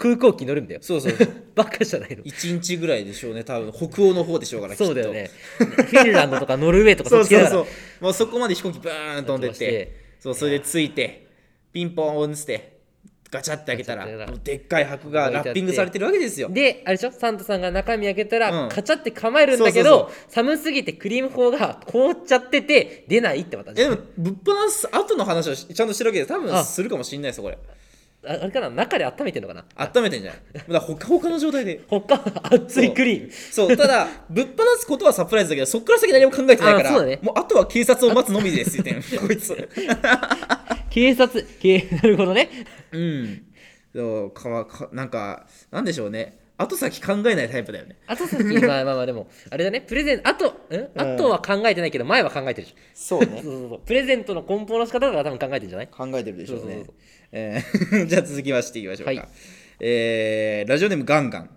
Speaker 3: 空行機乗るんだよ
Speaker 2: そうそう
Speaker 3: [LAUGHS] バカじゃないの
Speaker 2: 1日ぐらいでしょうね多分北欧の方でしょうから
Speaker 3: そうだよねフィンランドとかノルウェーと
Speaker 2: きっ
Speaker 3: か
Speaker 2: とそう
Speaker 3: っち系
Speaker 2: そうそう
Speaker 3: だか
Speaker 2: もうそこまで飛行機バーン飛んでっ
Speaker 3: 飛ばして
Speaker 2: そうそれでついてピンポーンっつってガチャって開けたら
Speaker 3: ガチャ
Speaker 2: も
Speaker 3: って開けたら
Speaker 2: うでっかい箱がラッピングされてるわけですよ
Speaker 3: らであれでしょサンタさんが中身開けたら、
Speaker 2: うん
Speaker 3: カチャって構えるんだけ
Speaker 2: そうそ
Speaker 3: ど寒すぎてクリーム砲が凍っちゃってて出ないって私
Speaker 2: えでもぶっ放す後の話をしちゃんとしてるわけで多分
Speaker 3: あ
Speaker 2: するかもしれないですよこれ
Speaker 3: ああれかな中で温めてんのかな
Speaker 2: 温めてんじゃないだからほかほかの状態で
Speaker 3: 他熱いクリーム
Speaker 2: そうただぶっ放すことはサプライズだけどそっから先何も考えてないから
Speaker 3: あそうだね
Speaker 2: もうあとは警察を待つのみですって言ってん [LAUGHS] こいつ
Speaker 3: 警察警 [LAUGHS] なるほどね
Speaker 2: うんそうかわかなんかなんでしょうね後先考えないタイプだよね
Speaker 3: あと先まあまあまあでもあれだねプレゼンあとんあとは考えてないけど前は考えてるじ
Speaker 2: そう
Speaker 3: ゃんそうそうそうプレゼントの梱包の仕方とか多分考えてるんじゃない
Speaker 2: 考えてるでしょう
Speaker 3: そうそう
Speaker 2: ね
Speaker 3: そう
Speaker 2: えー [LAUGHS] じゃあ続きましていきましょうか、
Speaker 3: はい
Speaker 2: えーラジオネームガンガン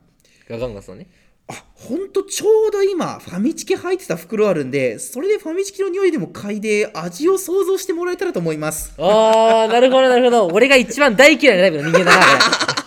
Speaker 3: ガガンガスの
Speaker 2: [LAUGHS]
Speaker 3: ね
Speaker 2: あほんとちょうど今ファミチキ入ってた袋あるんでそれでファミチキの匂いでも嗅いで味を想像してもらえたらと思います
Speaker 3: あーなるほどなるほど俺が一番大嫌いなタイプの人間だな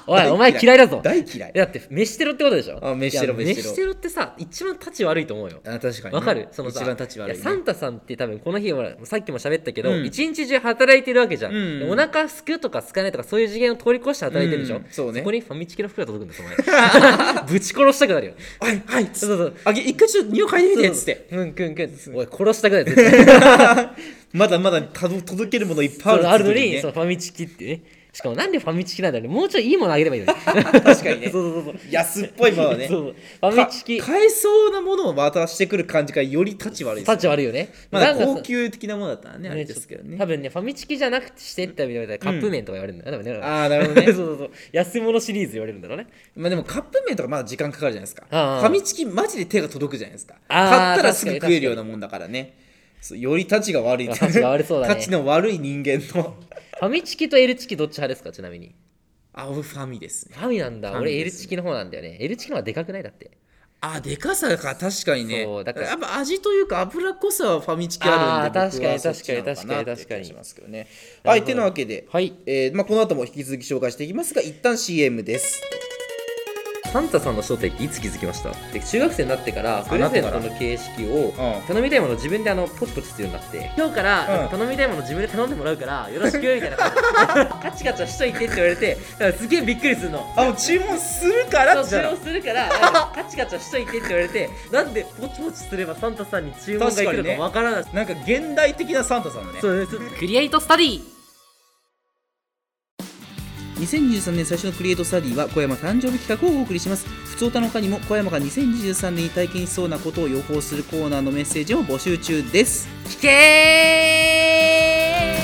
Speaker 3: これおいお前嫌いだぞ
Speaker 2: 大嫌い
Speaker 3: だって飯テロってことでしょ
Speaker 2: あ飯テロ
Speaker 3: いや
Speaker 2: 飯テロ
Speaker 3: 飯テロってさ一番立ち悪いと思うよ
Speaker 2: あ確かにね、
Speaker 3: わかるそのさ
Speaker 2: 一番立ち悪い,、
Speaker 3: やサンタさんって多分この日はさっきも喋ったけど、
Speaker 2: うん
Speaker 3: 一日中働いてるわけじゃん、
Speaker 2: うん
Speaker 3: でお腹すくとかすかないとかそういう次元を通り越して働いてるでしょ、
Speaker 2: うんそうね
Speaker 3: こにファミチキの袋が届くんだ
Speaker 2: [LAUGHS]
Speaker 3: お前ぶち殺したくなるよ
Speaker 2: はいはいつ
Speaker 3: そうそうそう
Speaker 2: あげ一回ちょっと匂い嗅いでみてっつって
Speaker 3: うんくんくんおい殺したくなる
Speaker 2: [LAUGHS]
Speaker 3: 絶対
Speaker 2: まだまだたど届けるものいっぱい
Speaker 3: そう
Speaker 2: あ
Speaker 3: あ
Speaker 2: る
Speaker 3: る
Speaker 2: って
Speaker 3: のに、
Speaker 2: いう
Speaker 3: そう
Speaker 2: ね
Speaker 3: ファミチキってねしかもなんでファミチキなんだろうねもうちょいいいものあげればいいのに
Speaker 2: 確かにね
Speaker 3: [LAUGHS] そうそうそう
Speaker 2: 安っぽいものはね
Speaker 3: そうファミチキ
Speaker 2: か買えそうなものを渡してくる感じがより立ち悪いです
Speaker 3: タッチ悪いよね
Speaker 2: まだ
Speaker 3: なんかさ
Speaker 2: 高級的なものだったらねあれ
Speaker 3: ね
Speaker 2: ですけど
Speaker 3: 多
Speaker 2: ね
Speaker 3: 分ねファミチキじゃなくてしてって言われたらカップ麺とか言われるんだよ、多分ね
Speaker 2: ああなるほど
Speaker 3: [LAUGHS] そう
Speaker 2: ね
Speaker 3: そうそう安物シリーズ言われるんだろうね
Speaker 2: まあでもカップ麺とかまだ時間かかるじゃないですかフ
Speaker 3: ああ
Speaker 2: ァミチキマジで手が届くじゃないですか
Speaker 3: ああ
Speaker 2: 買ったらすぐ
Speaker 3: 確か
Speaker 2: 食
Speaker 3: に
Speaker 2: えるようなもんだからねそうより立ちが悪いっていう
Speaker 3: 立ちが悪そうだね
Speaker 2: 立ちの悪い人間の
Speaker 3: ファミチキと L チキどっち派ですかちなみに
Speaker 2: あ俺ファミですね
Speaker 3: ファミなんだ
Speaker 2: ファミです
Speaker 3: 俺 L チキの方なんだよね L チキの方がでかくないだって
Speaker 2: あでかさか確かにね
Speaker 3: そうだから
Speaker 2: やっぱ味というか脂っこさはファミチキあるんで
Speaker 3: あー
Speaker 2: 僕はそっちなの
Speaker 3: 確かに確かに
Speaker 2: なって
Speaker 3: 確かに
Speaker 2: 気がしますけどねはいてなわけで、
Speaker 3: はい
Speaker 2: えーまあ、この後も引き続き紹介していきますが一旦 CM です
Speaker 3: サンタさんの正体っていつ気づきましたで中学生になってからプレゼントの形式
Speaker 2: うん
Speaker 3: を頼みたいものを自分であのポチポチするようになって今日か
Speaker 2: うん
Speaker 3: ら頼みたいもの自分で頼んでもらうからよろしくみたいな感じで [LAUGHS] カチカチしといてって言われてだからすげえびっくりするの
Speaker 2: あもう注文するから
Speaker 3: そう
Speaker 2: じゃ
Speaker 3: 注
Speaker 2: な
Speaker 3: 文する [LAUGHS] からなんかカチカチはしといてって言われてなんでポチポチすればサンタさんに注文がいくのかわからない、
Speaker 2: なんか現代的なサンタさんだね
Speaker 3: そうですクリエイトスタディ
Speaker 2: 2023年最初のクリエイトスタディは小山誕生日企画をお送りします普通歌の他にも小山が2023年に体験しそうなことを予報するコーナーのメッセージを募集中です
Speaker 3: 聞け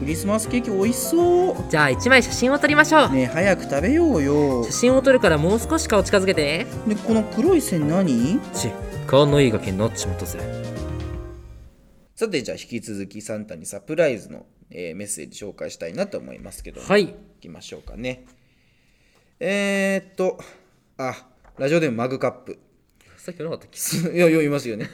Speaker 2: クリスマスケーキ美味しそう
Speaker 3: ーじゃあ1枚写真を撮りましょう
Speaker 2: ねえ早く食べようよ
Speaker 3: 写真を撮るからもう少し顔近づけて
Speaker 2: で
Speaker 3: ね
Speaker 2: この黒い線何
Speaker 3: ち顔のいいガキになっちまったぜ
Speaker 2: さてじゃあ引き続きサンタにサプライズの、えーメッセージ紹介したいなと思いますけども
Speaker 3: はい
Speaker 2: いきましょうかねえー、っとあラジオでもマグカップ
Speaker 3: さっきなかったっ
Speaker 2: [LAUGHS]
Speaker 3: け
Speaker 2: いやいやいますよね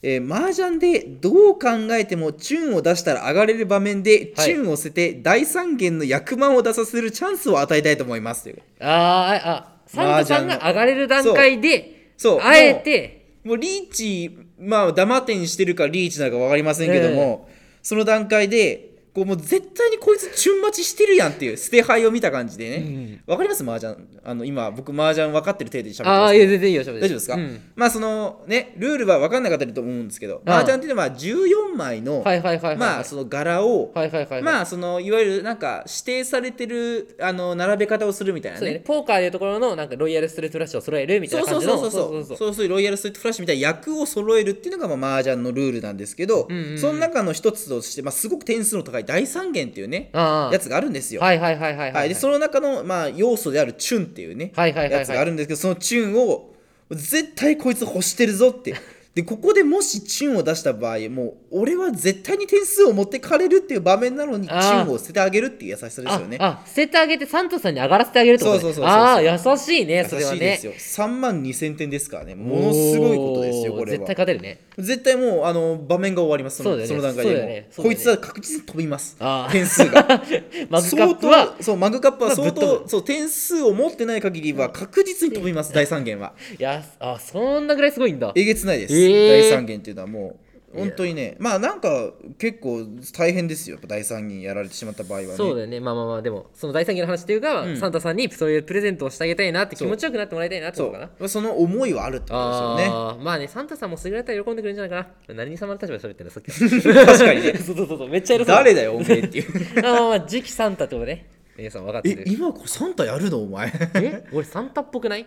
Speaker 2: えー、麻雀でどう考えてもチュンを出したら上がれる場面で、
Speaker 3: はい
Speaker 2: チュンを捨てて大三元の役満を出させるチャンスを与えたいと思いますという
Speaker 3: あーああサンタさんが上がれる段階で
Speaker 2: そう
Speaker 3: あえて
Speaker 2: もうリーチまあ黙ってにしてるかリーチなのか分かりませんけども、その段階でこうもう絶対にこいつチュン待ちしてるやんっていう捨て牌を見た感じでね、分かります麻雀あの今僕麻雀分かってる程度に喋って
Speaker 3: あ
Speaker 2: ま
Speaker 3: あ
Speaker 2: す
Speaker 3: ーい
Speaker 2: け
Speaker 3: や
Speaker 2: ど
Speaker 3: 全然いいよ大丈
Speaker 2: 大丈夫ですか、
Speaker 3: うん
Speaker 2: まあそのねルールは分かんなかったりと思うんですけど
Speaker 3: うん
Speaker 2: 麻雀っていうのは14枚の、
Speaker 3: はいはいはいはいはい
Speaker 2: まあその柄を、
Speaker 3: はいはいはいはい
Speaker 2: まあそのいわゆるなんか指定されてるあの並べ方をするみたいな
Speaker 3: そうだよ
Speaker 2: ね
Speaker 3: ねポーカーでいうところのなんかロイヤルストレートフラッシュを揃えるみたい
Speaker 2: そう
Speaker 3: な
Speaker 2: そ
Speaker 3: 感
Speaker 2: う
Speaker 3: じの
Speaker 2: そうそうそうそうそういうロイヤルストリートフラッシュみたいな役を揃えるっていうのがまあ麻雀のルールなんですけど、
Speaker 3: んうんうん
Speaker 2: その中の一つとして、まあ、すごく点数の高い大三元っていうね
Speaker 3: ああ
Speaker 2: やつがあるんですよ。
Speaker 3: はいはいはいはい
Speaker 2: はいでその中の、まあ、要素であるチュンっていうね、
Speaker 3: はいはいはいはい
Speaker 2: やつがあるんですけどそのチュンを絶対こいつ欲してるぞってでここでもしチュンを出した場合もう俺は絶対に点数を持ってかれるっていう場面なのにチ
Speaker 3: あー
Speaker 2: ュンを捨ててあげるっていう優しさですよね
Speaker 3: ああ捨ててあげてサンタさんに上がらせてあげるってことね
Speaker 2: そうそうそうそう
Speaker 3: ああ優しいねそ
Speaker 2: 優
Speaker 3: れは
Speaker 2: しいです
Speaker 3: ね
Speaker 2: よ3万2000点ですからねものすごいことですよ
Speaker 3: おー
Speaker 2: これは
Speaker 3: 絶対勝てるね
Speaker 2: 絶対もうあの場面が終わりますその
Speaker 3: そうだよ
Speaker 2: そ
Speaker 3: ね
Speaker 2: の段階でも
Speaker 3: そうだよねそう
Speaker 2: こ
Speaker 3: だよ
Speaker 2: い
Speaker 3: ね
Speaker 2: つは確実に飛びます
Speaker 3: あー
Speaker 2: 点数が
Speaker 3: マグカップ
Speaker 2: 相
Speaker 3: は
Speaker 2: 当そうマグカップは相
Speaker 3: まあぶっ飛
Speaker 2: 当そう点数を持ってない限りは確実に飛びます第3弦はい
Speaker 3: やあそんなぐらいすごいんだ
Speaker 2: えげつないです、
Speaker 3: えー
Speaker 2: 第3弦っていうのはもう本当にねまあなんか結構大変ですよやっぱ第3弦やられてしまった場合はね
Speaker 3: そうだよねまあまあまあでもその第三義の話っていうか、
Speaker 2: ん
Speaker 3: サンタさんにそういうプレゼントをしてあげたいなって気
Speaker 2: そう
Speaker 3: 持ちよくなってもらいたいなって
Speaker 2: そ
Speaker 3: ことかな
Speaker 2: うその思いはあるってことですよね
Speaker 3: あーまあねサンタさんも優れたら喜んでくれるんじゃないかな何様の立場で喋ってるのさっき
Speaker 2: [LAUGHS] 確かにね
Speaker 3: [LAUGHS] そうそうそうそうめっちゃ偉そう
Speaker 2: 誰だよおめえっていう
Speaker 3: あーまあ次期サンタってことね皆さん分かって
Speaker 2: [LAUGHS] え
Speaker 3: る
Speaker 2: 今これサンタやるのお前 [LAUGHS]
Speaker 3: え俺サンタっぽくない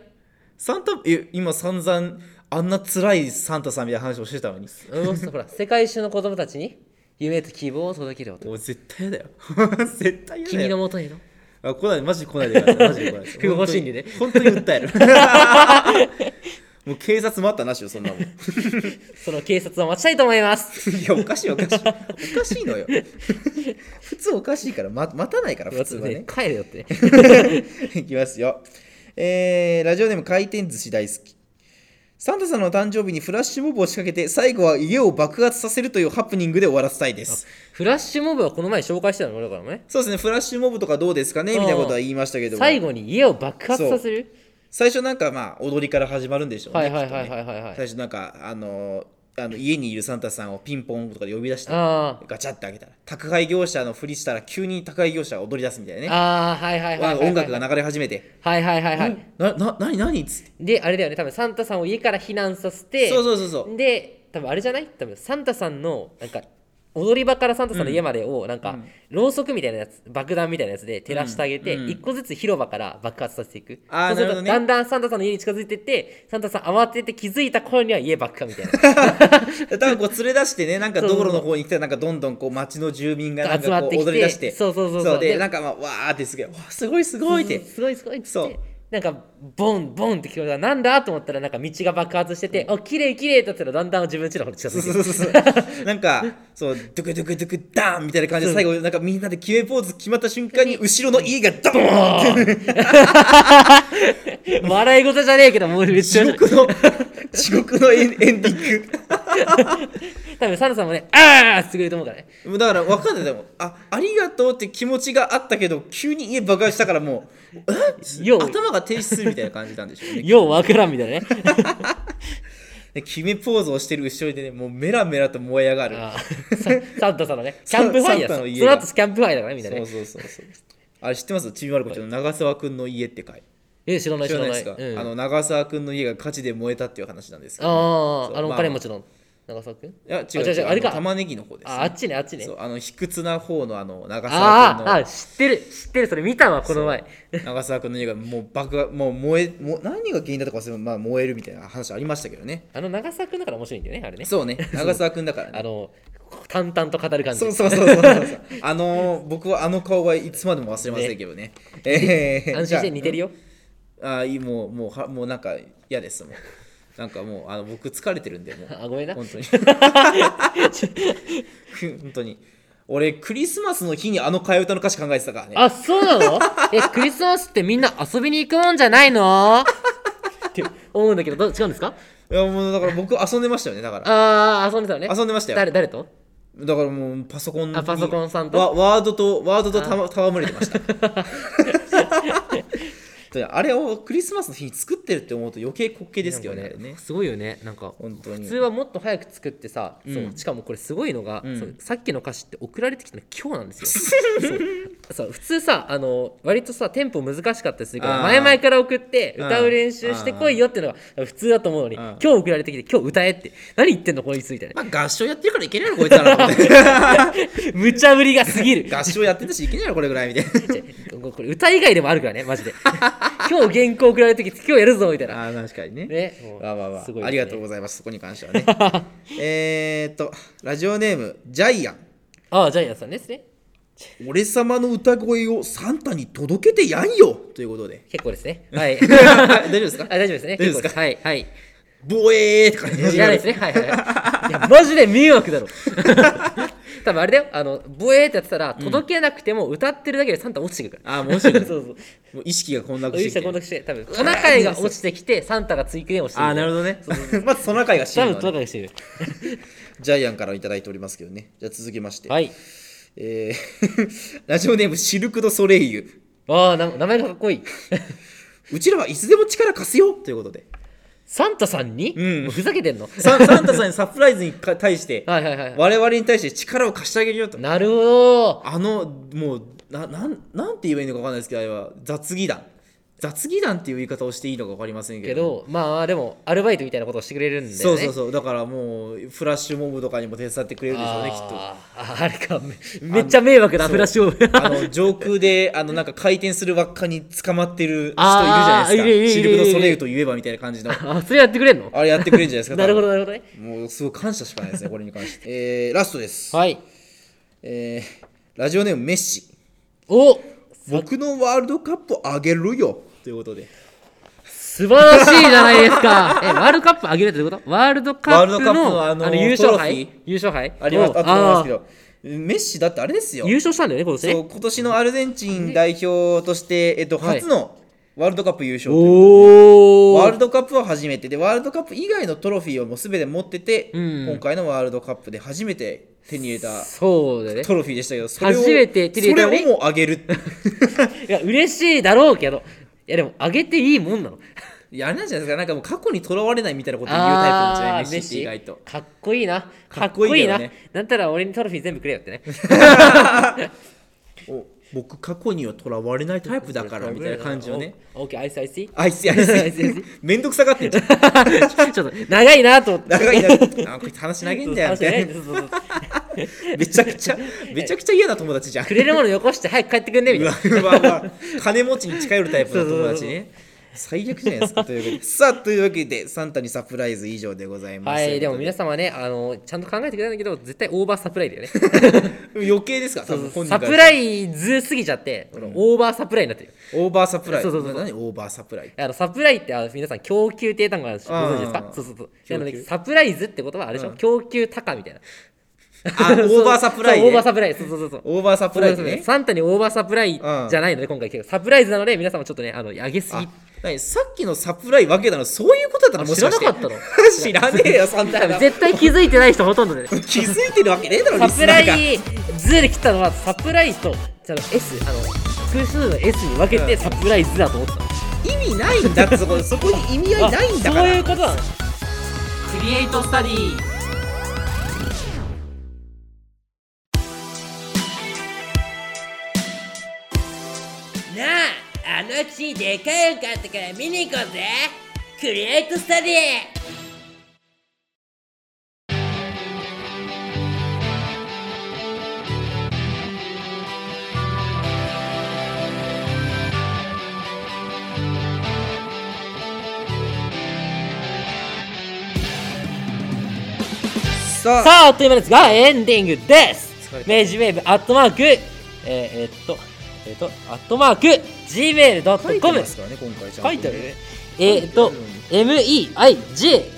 Speaker 2: サンタえ今散々あんな辛いサンタさんみたいな話をしてたのに
Speaker 3: うんそうほら世界中の子供たちに夢と希望を届ける男
Speaker 2: もう絶対やだよ [LAUGHS] 絶対やだよ
Speaker 3: 君のもとへの
Speaker 2: あ来ないマジで来ないでくださ
Speaker 3: [LAUGHS]
Speaker 2: いマジで来ないで
Speaker 3: 不法侵入ね
Speaker 2: 本当に本当に訴える [LAUGHS] もう警察待ったなしよそん
Speaker 3: [LAUGHS]
Speaker 2: なもん
Speaker 3: その警察を待ちたいと思います
Speaker 2: いやおかしいおかしいおかしいのよ [LAUGHS] 普通おかしいから、ま、待たないから普通はね
Speaker 3: 帰れよってね
Speaker 2: いきますよえー、ラジオネーム回転寿司大好きサンタさんの誕生日にフラッシュモブを仕掛けて最後は家を爆発させるというハプニングで終わらせたいです
Speaker 3: フラッシュモブはこの前紹介してたの俺だからね
Speaker 2: そうですねフラッシュモブとかどうですかねみたいなことは言いましたけども
Speaker 3: 最後に家を爆発させる
Speaker 2: 最初なんかまあ踊りから始まるんでしょうね
Speaker 3: はいはいはい
Speaker 2: きっとね
Speaker 3: はいはいはい
Speaker 2: 最初なんかあのーあの家にいるサンタさんをピンポンとかで呼び出して
Speaker 3: あー
Speaker 2: ガチャって開けたら宅配業者のふりしたら急に宅配業者が踊り出すみたいなね
Speaker 3: あーはいはいはいはいはい
Speaker 2: 音楽が流れ始め
Speaker 3: [LAUGHS]
Speaker 2: て
Speaker 3: はいはいはいはい
Speaker 2: 「なな何何?」っつって
Speaker 3: であれだよね多分サンタさんを家から避難させて
Speaker 2: そうそうそう
Speaker 3: [LAUGHS]
Speaker 2: そう
Speaker 3: で多分あれじゃない多分サンタさんのなんか踊り場からサンタさんの家までをなんか、ろうそくみたいなやつ爆弾みたいなやつで照らしてあげて、
Speaker 2: うんうん
Speaker 3: 一個ずつ広場から爆発させていく
Speaker 2: あー
Speaker 3: そうする
Speaker 2: なるほ
Speaker 3: と
Speaker 2: どね
Speaker 3: だんだんサンタさんの家に近づいてってサンタさん慌てて気づいた頃には家爆破みたい [LAUGHS]
Speaker 2: 多
Speaker 3: な
Speaker 2: 分こう連れ出してねなんか
Speaker 3: そう
Speaker 2: 道
Speaker 3: そうそう
Speaker 2: 路の方に来てなんかどんどんこう町の住民がなん
Speaker 3: 集ま
Speaker 2: か
Speaker 3: っ
Speaker 2: こ
Speaker 3: て
Speaker 2: う
Speaker 3: き
Speaker 2: 踊
Speaker 3: て
Speaker 2: り出して
Speaker 3: そうそうそうそう
Speaker 2: で
Speaker 3: で
Speaker 2: なんかまあわーってすげえわーすごいすごいって
Speaker 3: すごいすごいっつ
Speaker 2: そう
Speaker 3: ってなんかボンボンって聞こえたらなんだと思ったらなんか道が爆発してて、お綺麗綺麗だったらだんだん自分ちの方に近づいて
Speaker 2: そう
Speaker 3: く
Speaker 2: そ
Speaker 3: る
Speaker 2: うそうそう [LAUGHS] なんかそうドゥクドゥクドゥクダーンみたいな感じで最後なんかみんなで決めポーズ決まった瞬間に後ろの家がドーンって
Speaker 3: [LAUGHS] 笑い事じゃねえけどもうめっちゃ
Speaker 2: 地
Speaker 3: 面白い
Speaker 2: 獄の [LAUGHS] 地獄のエンエンディング [LAUGHS]
Speaker 3: 多分サンタさんもねああってくれると思うからね
Speaker 2: もうだから分かんないでもあありがとうって気持ちがあったけど急に家爆発したからもうえ
Speaker 3: よう
Speaker 2: 頭が停止するみたいな感じなんでしょうね
Speaker 3: ようわからんみたいなね
Speaker 2: で決めポーズをしてる後ろでねもうメラメラと燃え上がる
Speaker 3: あーササンタさんのねキャンプファイヤー
Speaker 2: サンタの
Speaker 3: そ
Speaker 2: 家
Speaker 3: の
Speaker 2: が
Speaker 3: 後キャンプファイヤーだからねみんな
Speaker 2: そう
Speaker 3: ね
Speaker 2: そうそうそうあれ知ってますちびまる子ちゃんの長澤君の家って回
Speaker 3: え知らない
Speaker 2: 知
Speaker 3: 知
Speaker 2: ら
Speaker 3: ら
Speaker 2: な
Speaker 3: ないい
Speaker 2: ですか、
Speaker 3: うん、
Speaker 2: あの長澤君の家が火事で燃えたっていう話なんですけど、
Speaker 3: あ
Speaker 2: そう
Speaker 3: ーあのお
Speaker 2: まあ
Speaker 3: 金持ちの長澤君い
Speaker 2: いや違う
Speaker 3: あ
Speaker 2: 違う
Speaker 3: 違うあれか
Speaker 2: 玉ねぎの方ですね、
Speaker 3: ああっちねあっちね
Speaker 2: そうあの卑屈な方のあの長澤
Speaker 3: あ
Speaker 2: 君
Speaker 3: ー
Speaker 2: の
Speaker 3: あー知ってる知ってるそれ見たわこの前
Speaker 2: 長澤君の家がもう爆破もう燃えもう何が原因だとか忘れ、まあ、燃えるみたいな話ありましたけどね
Speaker 3: あの長澤君だから面白いんだよねあれね [LAUGHS]
Speaker 2: そうね長澤君だから
Speaker 3: あ
Speaker 2: ね
Speaker 3: の淡々と語る感じ
Speaker 2: そうそうそうそうそうそうあのー僕はあの顔はいつまでも忘れませんけどねええ
Speaker 3: [LAUGHS] 安心して似てる
Speaker 2: よ
Speaker 3: よ
Speaker 2: ああいいもうもうはもうなんか嫌ですもうなんかもうあの僕疲れてるんでもう
Speaker 3: あごめんな
Speaker 2: 本当に本当に [LAUGHS] 俺クリスマスの日にあの替え歌の歌詞考えてたからね
Speaker 3: あそうなのえクリスマスってみんな遊びに行くもんじゃないのって思うんだけどどう違うんですか
Speaker 2: いやもうだから僕遊んでましたよねだから
Speaker 3: ああ遊んでたよね
Speaker 2: 遊んでましたよ
Speaker 3: 誰誰と
Speaker 2: だからもうパソコンに
Speaker 3: あパソコンさんと
Speaker 2: わワードとワードとたま戯れて
Speaker 3: [LAUGHS]
Speaker 2: ましたであれをクリスマスの日に作ってるって思うと余計滑稽ですけどねあれね
Speaker 3: すごいよねなんか
Speaker 2: 本当に
Speaker 3: 普通はもっと早く作ってさ、
Speaker 2: ん
Speaker 3: そうしかもこれすごいのが、
Speaker 2: ん
Speaker 3: そうさっきの歌詞って送られてきたの今日なんですよそうそう普通さあの割とさテンポ難しかったりするから
Speaker 2: あー
Speaker 3: 前々から送って
Speaker 2: うん
Speaker 3: 歌う練習してこいよっていうのが普通だと思うのに
Speaker 2: うん
Speaker 3: 今日送られてきて今日歌えって何言ってんのこいつみたい
Speaker 2: [LAUGHS]
Speaker 3: な
Speaker 2: まあ合唱やってるからいけないのこいつらな
Speaker 3: 無茶ぶりがす
Speaker 2: [LAUGHS]
Speaker 3: ぎ [LAUGHS] る
Speaker 2: 合唱やってたしいけないのこれぐらいみ
Speaker 3: [LAUGHS]
Speaker 2: たいな
Speaker 3: これ歌以外でもあるからねマジで今日原稿送られてきて今日やるぞみたいな
Speaker 2: あー確かにね
Speaker 3: ねもう
Speaker 2: わあわあわあ
Speaker 3: すごいですね
Speaker 2: ありがとうございますそこに関しては
Speaker 3: [LAUGHS]
Speaker 2: ねえーっとラジオネームジャイアン
Speaker 3: ああジャイアンさんですね
Speaker 2: 俺様の歌声をサンタに届けてやんよということで
Speaker 3: [LAUGHS] 結構ですねは
Speaker 2: [LAUGHS]
Speaker 3: い
Speaker 2: 大丈夫ですか
Speaker 3: あ大丈夫ですね。
Speaker 2: 大丈夫ですか
Speaker 3: 結構はいはい。
Speaker 2: ボエーって感じ
Speaker 3: いらないですね。はいはいはい。いや、マジで迷惑だ
Speaker 2: [LAUGHS]
Speaker 3: ろ。多分あれだよ。あの、ボエーってやってたら、届けなくても歌ってるだけでサンタ落ちてくるか
Speaker 2: あーもう落ちてく
Speaker 3: ら。
Speaker 2: る
Speaker 3: そうそう。
Speaker 2: もう意識が混
Speaker 3: ウ
Speaker 2: 濁
Speaker 3: ィ
Speaker 2: し
Speaker 3: ッ
Speaker 2: て
Speaker 3: シ
Speaker 2: き
Speaker 3: ャ混
Speaker 2: て
Speaker 3: 濁して、多分トナカイが落ちてきて、サンタが追記で落ちてく
Speaker 2: ああなるほどねまずトナカイが死
Speaker 3: 多
Speaker 2: ぬ
Speaker 3: 分ト
Speaker 2: の
Speaker 3: ナ
Speaker 2: ね
Speaker 3: カイがしてる。
Speaker 2: ジャイアンから頂いておりますけどねじゃあ続きまして、
Speaker 3: はい。
Speaker 2: えーラジオネームシルク・ド・ソレイユ
Speaker 3: ああ、な名前がかっこいい。
Speaker 2: うちらはいつでも力貸すよということで
Speaker 3: サンタさんに、
Speaker 2: うん
Speaker 3: もふざけてんの
Speaker 2: サンサンタさんにサプライズにか対して
Speaker 3: はいはいはい。
Speaker 2: 我々に対して力を貸してあげるよと
Speaker 3: なるほど。
Speaker 2: あのもうななんなんて言えばいいのか分かんないですけどあれは雑技団雑技団っていう言い方をしていいのか分かりません
Speaker 3: け
Speaker 2: けど
Speaker 3: ど、まあでも、アルバイトみたいなことをしてくれるんで、ね。
Speaker 2: そうそうそうだからもうフラッシュモブとかにも手伝ってくれるでしょうねきっと
Speaker 3: あーああれかめめっちゃ迷惑なフラッシュオブ
Speaker 2: あの上空であのなんか回転する輪っかに捕まってる人いるじゃない
Speaker 3: あーいるいるい
Speaker 2: で
Speaker 3: る
Speaker 2: すかシルク・ド・ソレイユといえばみたいな感じの
Speaker 3: [LAUGHS] あそれやってくれんの
Speaker 2: あれやってくれるんじゃないですか
Speaker 3: [LAUGHS] なるほど
Speaker 2: 多
Speaker 3: なるほどね
Speaker 2: 分もうすごい感謝しかないですねこれに関してえーラストです、
Speaker 3: はい
Speaker 2: えーラジオネームメッシ
Speaker 3: お
Speaker 2: 僕のワールドカップあげるよということで
Speaker 3: 素晴らしいじゃないですか
Speaker 2: [LAUGHS]
Speaker 3: えワールドカップあげるってことワールドカップ
Speaker 2: ワールドカップの
Speaker 3: の
Speaker 2: あ
Speaker 3: あ
Speaker 2: の
Speaker 3: の優勝
Speaker 2: トロ
Speaker 3: 杯
Speaker 2: フ
Speaker 3: 優勝杯
Speaker 2: あります
Speaker 3: お
Speaker 2: あったと思いますけ
Speaker 3: あ
Speaker 2: どメッシだってあれですよ
Speaker 3: ー優勝したんだよね今年
Speaker 2: そう
Speaker 3: ね
Speaker 2: 今年のアルゼンチン代表として、えっと、
Speaker 3: はい
Speaker 2: 初のワールドカップ優勝ということで
Speaker 3: お
Speaker 2: ワール
Speaker 3: お
Speaker 2: ドカップは初めてでワールドカップ以外のトロフィーをもう全て持ってて、
Speaker 3: うん
Speaker 2: 今回のワールドカップで初めて手に入れた
Speaker 3: そうだね
Speaker 2: トロフィーでしたけどそを
Speaker 3: 初めて手に入れた
Speaker 2: そ
Speaker 3: ね
Speaker 2: れをもうあげる
Speaker 3: いや嬉しいだろうけどいやでもあげていいもんなの
Speaker 2: いやあれなんじゃないですかなんかもう過去にとらわれないみたいなこと言うタイプなんじゃな
Speaker 3: あ
Speaker 2: い
Speaker 3: ー
Speaker 2: メッシって意外と
Speaker 3: メッシかっこいいな
Speaker 2: か
Speaker 3: か
Speaker 2: っ
Speaker 3: っ
Speaker 2: こ
Speaker 3: こ
Speaker 2: い
Speaker 3: い
Speaker 2: い
Speaker 3: い
Speaker 2: けど
Speaker 3: な
Speaker 2: ね
Speaker 3: なんたら俺にトロフィー全部くれよってね
Speaker 2: お僕過去にはとらわれないタイプ [LAUGHS] だからみたいな感じをね
Speaker 3: オッケーアイスアイス
Speaker 2: あいつやりす
Speaker 3: アイスアイ
Speaker 2: ぎめんどくさがってんじゃん
Speaker 3: [LAUGHS] ちょっと長いなと思って
Speaker 2: 長いなあこいつ話投げんだよみ
Speaker 3: そう
Speaker 2: たいな
Speaker 3: 話しないでそうそうそう
Speaker 2: めちゃくちゃめちゃくちゃ嫌な友達じゃん
Speaker 3: くれるものよこして早く帰ってくんねみ
Speaker 2: う
Speaker 3: たい
Speaker 2: わ [LAUGHS]
Speaker 3: な
Speaker 2: うわうわ金持ちに近寄るタイプの友達ね最悪じゃないですかということで [LAUGHS] さあというわけでサンタにサプライズ以上でございます
Speaker 3: はいでも皆
Speaker 2: さ
Speaker 3: 様ねあのちゃんと考えてくれたんだけど絶対オーバーサプライだよね
Speaker 2: 余計ですか多分本人
Speaker 3: [LAUGHS] サ
Speaker 2: から
Speaker 3: プライズすぎちゃって、オーバーサプライになってる
Speaker 2: オーバーサプライ
Speaker 3: そうそうそうそう
Speaker 2: 何オーバーサプライ
Speaker 3: あのサプライってあの皆さん供給って単語あるご存知です
Speaker 2: あ
Speaker 3: か
Speaker 2: ー
Speaker 3: そうそうそう
Speaker 2: 供給
Speaker 3: なのでサプライズってことはあれでしょ、
Speaker 2: うん
Speaker 3: 供給高みたいな
Speaker 2: あオーバーサプライ
Speaker 3: [LAUGHS] そうオーバ
Speaker 2: ね
Speaker 3: ーサプライそうそうそうそう
Speaker 2: オーバーサプライね
Speaker 3: サンタにオーバーサプライじ
Speaker 2: うん
Speaker 3: ゃないので、今回結構サプライズなので皆様ちょっとねあの上げすぎ
Speaker 2: あ何さっきのサプライわけなのそういうことだったの
Speaker 3: あ
Speaker 2: もしかして
Speaker 3: 知らなかっ
Speaker 2: [LAUGHS]
Speaker 3: た
Speaker 2: 知らねえよサン
Speaker 3: [LAUGHS]
Speaker 2: タが
Speaker 3: 絶対気づいてない人ほとんどで、ね、
Speaker 2: 気づいてるわけねえだろ
Speaker 3: サプ
Speaker 2: [LAUGHS] リ
Speaker 3: ラ
Speaker 2: スナーが
Speaker 3: イズで切ったのはサプライとあの S あの複数の S に分けてサプライズだと思ってたの、
Speaker 2: 意味ないんだってそこそこに意味合いないんだから
Speaker 3: そういうことなのクリエイトスタディなああの地でかいの買ったから見に行こうぜクリエイトスタディ
Speaker 2: さあ
Speaker 3: さあ、あっという間ですが、エンディングです
Speaker 2: 疲れた
Speaker 3: 明治ウェーブ、アットマーク、えー、えーっと、えーっと、アットマーク、
Speaker 2: 書いて
Speaker 3: gmail.com
Speaker 2: ますからね今回ちゃんと
Speaker 3: 書いてあるね。えーっと、meijiwav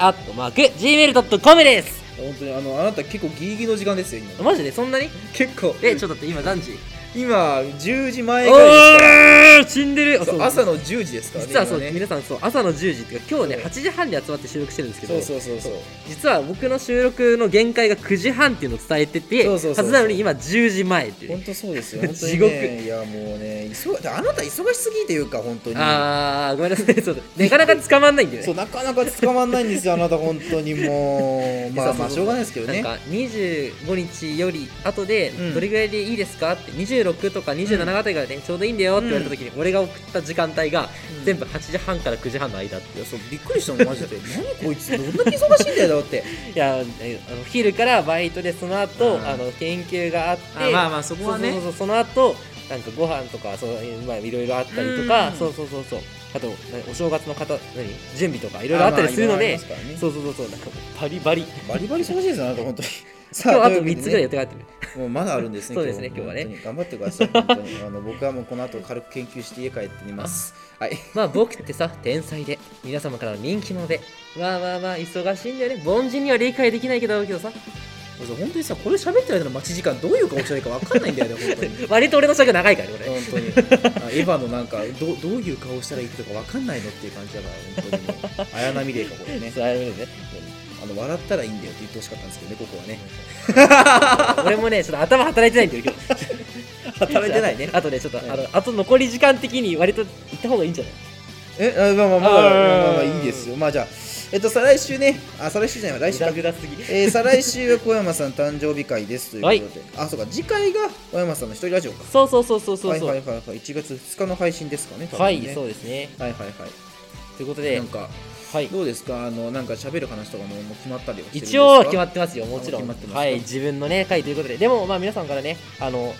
Speaker 3: アットマーク、gmail.com です
Speaker 2: 本当にあのあなた結構ギリギリの時間ですよ今
Speaker 3: マジでそんなに
Speaker 2: 結構
Speaker 3: え、ちょっと待って、今何時
Speaker 2: 今10時前
Speaker 3: お
Speaker 2: ぐらいですから
Speaker 3: ー死んでるあ
Speaker 2: そ
Speaker 3: そうう
Speaker 2: 朝の10時ですからね
Speaker 3: 実はそう、
Speaker 2: 今ね
Speaker 3: 皆さんそう朝の10時っていうか今日ね
Speaker 2: そう
Speaker 3: 8時半に集まって収録してるんですけど
Speaker 2: そうそうそうそう
Speaker 3: 実は僕の収録の限界が9時半っていうのを伝えてて
Speaker 2: そうそうそうそう
Speaker 3: はずなのに今10時前っていうね
Speaker 2: 本当そう
Speaker 3: [LAUGHS]
Speaker 2: ですよ本当に、ね、
Speaker 3: 地獄
Speaker 2: いやもうね忙だあなた忙しすぎというか本当に
Speaker 3: あーごめんなさい [LAUGHS] そうなかなか捕まんないんだよ
Speaker 2: そう
Speaker 3: ね
Speaker 2: なかなか捕まんないんですよあなた本当に
Speaker 3: [LAUGHS]
Speaker 2: もうまあまあしょうがないですけどね
Speaker 3: なんか25日より後で
Speaker 2: うん
Speaker 3: どれぐらいでいいですかって26とか27あたりからねちょうどいいんだよって言われた時に俺が送った時間帯が
Speaker 2: うん
Speaker 3: 全部8時半から9時半の間って
Speaker 2: いやそうびっくりしたのマジで何こいつどんだけ忙しいんだよだって
Speaker 3: いやえあの昼からバイトでその後
Speaker 2: うん
Speaker 3: あの研究があって
Speaker 2: あまあまあそこはね
Speaker 3: そうそうそうその後なんかご飯とかそうまあいろいろあったりと
Speaker 2: う
Speaker 3: か
Speaker 2: ん
Speaker 3: そうそうそうそうあとなお正月の方何準備とかいろいろあったりするの
Speaker 2: あ
Speaker 3: で
Speaker 2: まあいろいろありますからね
Speaker 3: そうそうそうそうなんかもうバリバリ
Speaker 2: バリバリ忙しいですよあなた本当にさ
Speaker 3: 今日あと
Speaker 2: いうわけで
Speaker 3: 3
Speaker 2: ね
Speaker 3: つぐらい予定があってる
Speaker 2: もうまだあるんですね。
Speaker 3: そうですね今日はね
Speaker 2: 本当に頑張ってください。本当にあの僕はもうこの後軽く研究して家帰って寝ます。はい。
Speaker 3: まあ僕ってさ天才で皆様からの人気者でまあまあまあ忙しいんだよね凡人には理解できないけどけどさ
Speaker 2: もうさ本当にさこれ喋ってる間の待ち時間どういう顔したらいいかわかんないんだよね本当に。
Speaker 3: 割と俺の尺長いからねこれ
Speaker 2: 本当にあエヴァのなんかどうどういう顔したらいいとかわかんないのっていう感じだから本当にもう綾波レイかこれね
Speaker 3: そうあれね
Speaker 2: あの笑ったらいいんだよって言ってほしかったんですけどねここはね
Speaker 3: 俺もねちょっと頭働いてないんだよ
Speaker 2: [LAUGHS]
Speaker 3: 今日働
Speaker 2: いて
Speaker 3: [LAUGHS]
Speaker 2: ないね
Speaker 3: あとねちょっと、
Speaker 2: はい
Speaker 3: あのあと残り時間的に割と行った方がいいんじゃない
Speaker 2: えあまあまあま
Speaker 3: あー
Speaker 2: あまあまあいいですよまあじゃあえっと再来週ねあ再来週じゃないわ来週か
Speaker 3: グダグダすぎ
Speaker 2: えー、再来週は小山さん誕生日会ですということで、あそうか次回が小山さんの一人ラジオか
Speaker 3: そうそうそうそうそうそう
Speaker 2: はいはいはいはい1月2日の配信ですかね多分
Speaker 3: はい、
Speaker 2: ね
Speaker 3: そうですね
Speaker 2: はいはいはい
Speaker 3: ということ
Speaker 2: な
Speaker 3: で
Speaker 2: んか
Speaker 3: はい
Speaker 2: どうですかあのなんか喋る話とかももう決まったりはしてるんです
Speaker 3: 一
Speaker 2: か
Speaker 3: 応決まってますよもちろ
Speaker 2: あ
Speaker 3: ん
Speaker 2: 決まってますか
Speaker 3: はい自分のね回ということででもまあ皆さんからねあの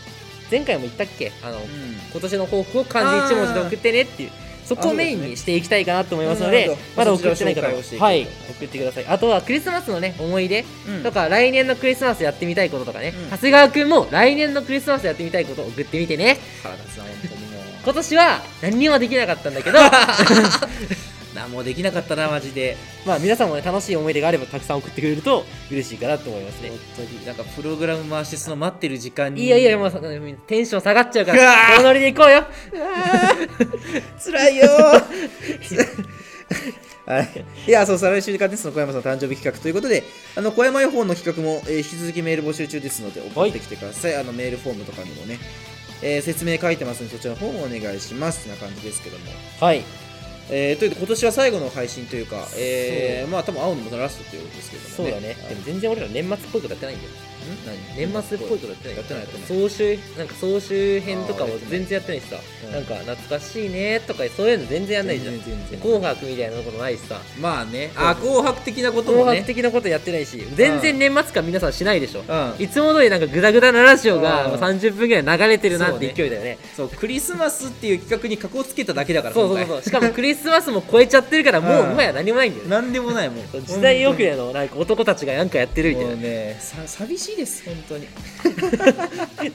Speaker 3: 前回も言ったっけあの、
Speaker 2: うん
Speaker 3: 今年の抱負を漢字一文字で送ってねっていうそこをメインにしていきたいかなと思いますの
Speaker 2: あ
Speaker 3: で
Speaker 2: そうですね
Speaker 3: まだ送ってない方は
Speaker 2: そちらを紹介をしていき
Speaker 3: は
Speaker 2: たい
Speaker 3: い
Speaker 2: と思います
Speaker 3: 送ってくださいあとはクリスマスのね思い出
Speaker 2: うん
Speaker 3: とか、来年のクリスマスやってみたいこととかね、
Speaker 2: うん
Speaker 3: 長谷川くんも来年のクリスマスやってみたいことを送ってみてね
Speaker 2: 腹立つな本当にも
Speaker 3: 今年は何にもできなかったん
Speaker 2: [LAUGHS]
Speaker 3: だけど [LAUGHS]
Speaker 2: う何もできなかったなマジで
Speaker 3: まあ皆さんもね楽しい思い出があればたくさん送ってくれると嬉しいかなと思いますね
Speaker 2: 本当になんかプログラム回してその待ってる時間に
Speaker 3: いやいやもうさテンション下がっちゃうからこのノリで行こうよ
Speaker 2: 辛いよー [LAUGHS] はい、いやそう再来週からねその小山さんの誕生日企画ということであの小山予報の企画も、えー引き続きメール募集中ですので送ってきてください、あのメールフォームとかにもね、えー説明書いてますのでそちらの方もお願いしますな感じですけども、
Speaker 3: はい
Speaker 2: えーということで今年は最後の配信というか、えーまあ多分青のもラストということですけども、ね、
Speaker 3: そうだね、
Speaker 2: はい
Speaker 3: でも全然俺ら年末っぽいことやってないんだよ
Speaker 2: ん何
Speaker 3: 年末っぽいことやってない
Speaker 2: やってないやってない
Speaker 3: 総集なんか総集編とか
Speaker 2: あー
Speaker 3: を
Speaker 2: やってない
Speaker 3: 全然やってないしさ、
Speaker 2: うん
Speaker 3: なんか懐かしいねとかそういうの全然やんないじゃん
Speaker 2: 全然全然
Speaker 3: 紅白みたいなことないしさ
Speaker 2: まあねあ紅白的なこともね
Speaker 3: 紅白的なことやってないし全然年末感皆さんしないでしょ、
Speaker 2: うん
Speaker 3: いつも通りなんかグダグダなラジオが
Speaker 2: うん
Speaker 3: 30分ぐらい流れてるなっ
Speaker 2: そう
Speaker 3: て
Speaker 2: ね
Speaker 3: 勢いだよね
Speaker 2: そうクリスマスっていう企画に格をつけただけだから
Speaker 3: そうそうそうそうしかもクリスマスも超えちゃってるからもう
Speaker 2: うん
Speaker 3: 今や何もないんだよね
Speaker 2: 何でもないもん
Speaker 3: そう時代遅れのなんか男たちがなんかやってるみたい
Speaker 2: も
Speaker 3: な
Speaker 2: うねさ寂しいです本当に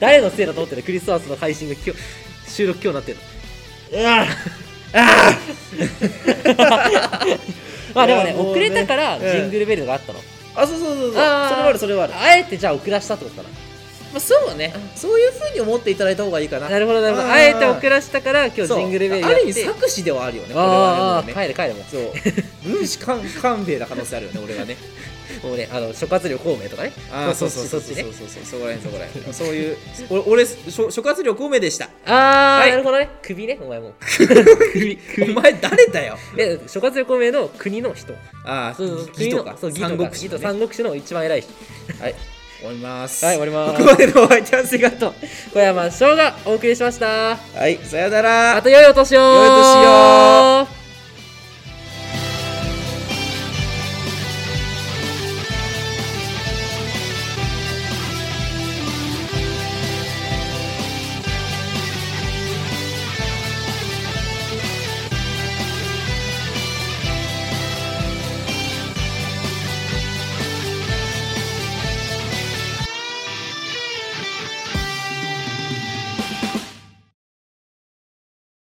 Speaker 3: [LAUGHS] 誰のせいだと思ってるクリスマスの配信が今日収録今日なってるのまあでもね
Speaker 2: いやもう
Speaker 3: 遅れたから
Speaker 2: ええ
Speaker 3: ジングルベルがあったの、
Speaker 2: あそうそうそうそうそれ
Speaker 3: あー
Speaker 2: はあるそれはある
Speaker 3: あえてじゃあ遅らしたってことか
Speaker 2: まあ、そうねそういうふうに思っていただいた方がいいかな
Speaker 3: ななるほどなるほど
Speaker 2: あ
Speaker 3: あ
Speaker 2: ー
Speaker 3: えて遅らしたから今日ジングルベルや
Speaker 2: あ
Speaker 3: って
Speaker 2: る意味作詞ではあるよね
Speaker 3: あーあー、
Speaker 2: 俺はね
Speaker 3: 帰れ帰れも
Speaker 2: そう分子勘勘弁な可能性あるよね俺はね
Speaker 3: うもうねあの諸葛亮孔明とかねそっちそっちね
Speaker 2: そうそうそうこらへんそこらへん [LAUGHS] そういう俺俺諸諸葛亮孔明でした
Speaker 3: ああ、
Speaker 2: はい
Speaker 3: なるほどね首ねお前もう
Speaker 2: [LAUGHS]
Speaker 3: 首
Speaker 2: お
Speaker 3: 首
Speaker 2: 前誰だよ
Speaker 3: え諸葛亮孔明の国の人
Speaker 2: ああ
Speaker 3: そうそう
Speaker 2: 義
Speaker 3: 国
Speaker 2: と
Speaker 3: の
Speaker 2: か
Speaker 3: そう義
Speaker 2: 三
Speaker 3: と
Speaker 2: 国
Speaker 3: か
Speaker 2: 志
Speaker 3: 義
Speaker 2: と
Speaker 3: と
Speaker 2: かね
Speaker 3: 三国志の一番偉い人
Speaker 2: はい終わります
Speaker 3: はい終わります
Speaker 2: ここまでのお相手はすがと
Speaker 3: 小山翔がお送りしました
Speaker 2: はいさよなら
Speaker 3: あと良いお年を
Speaker 2: 良いお年を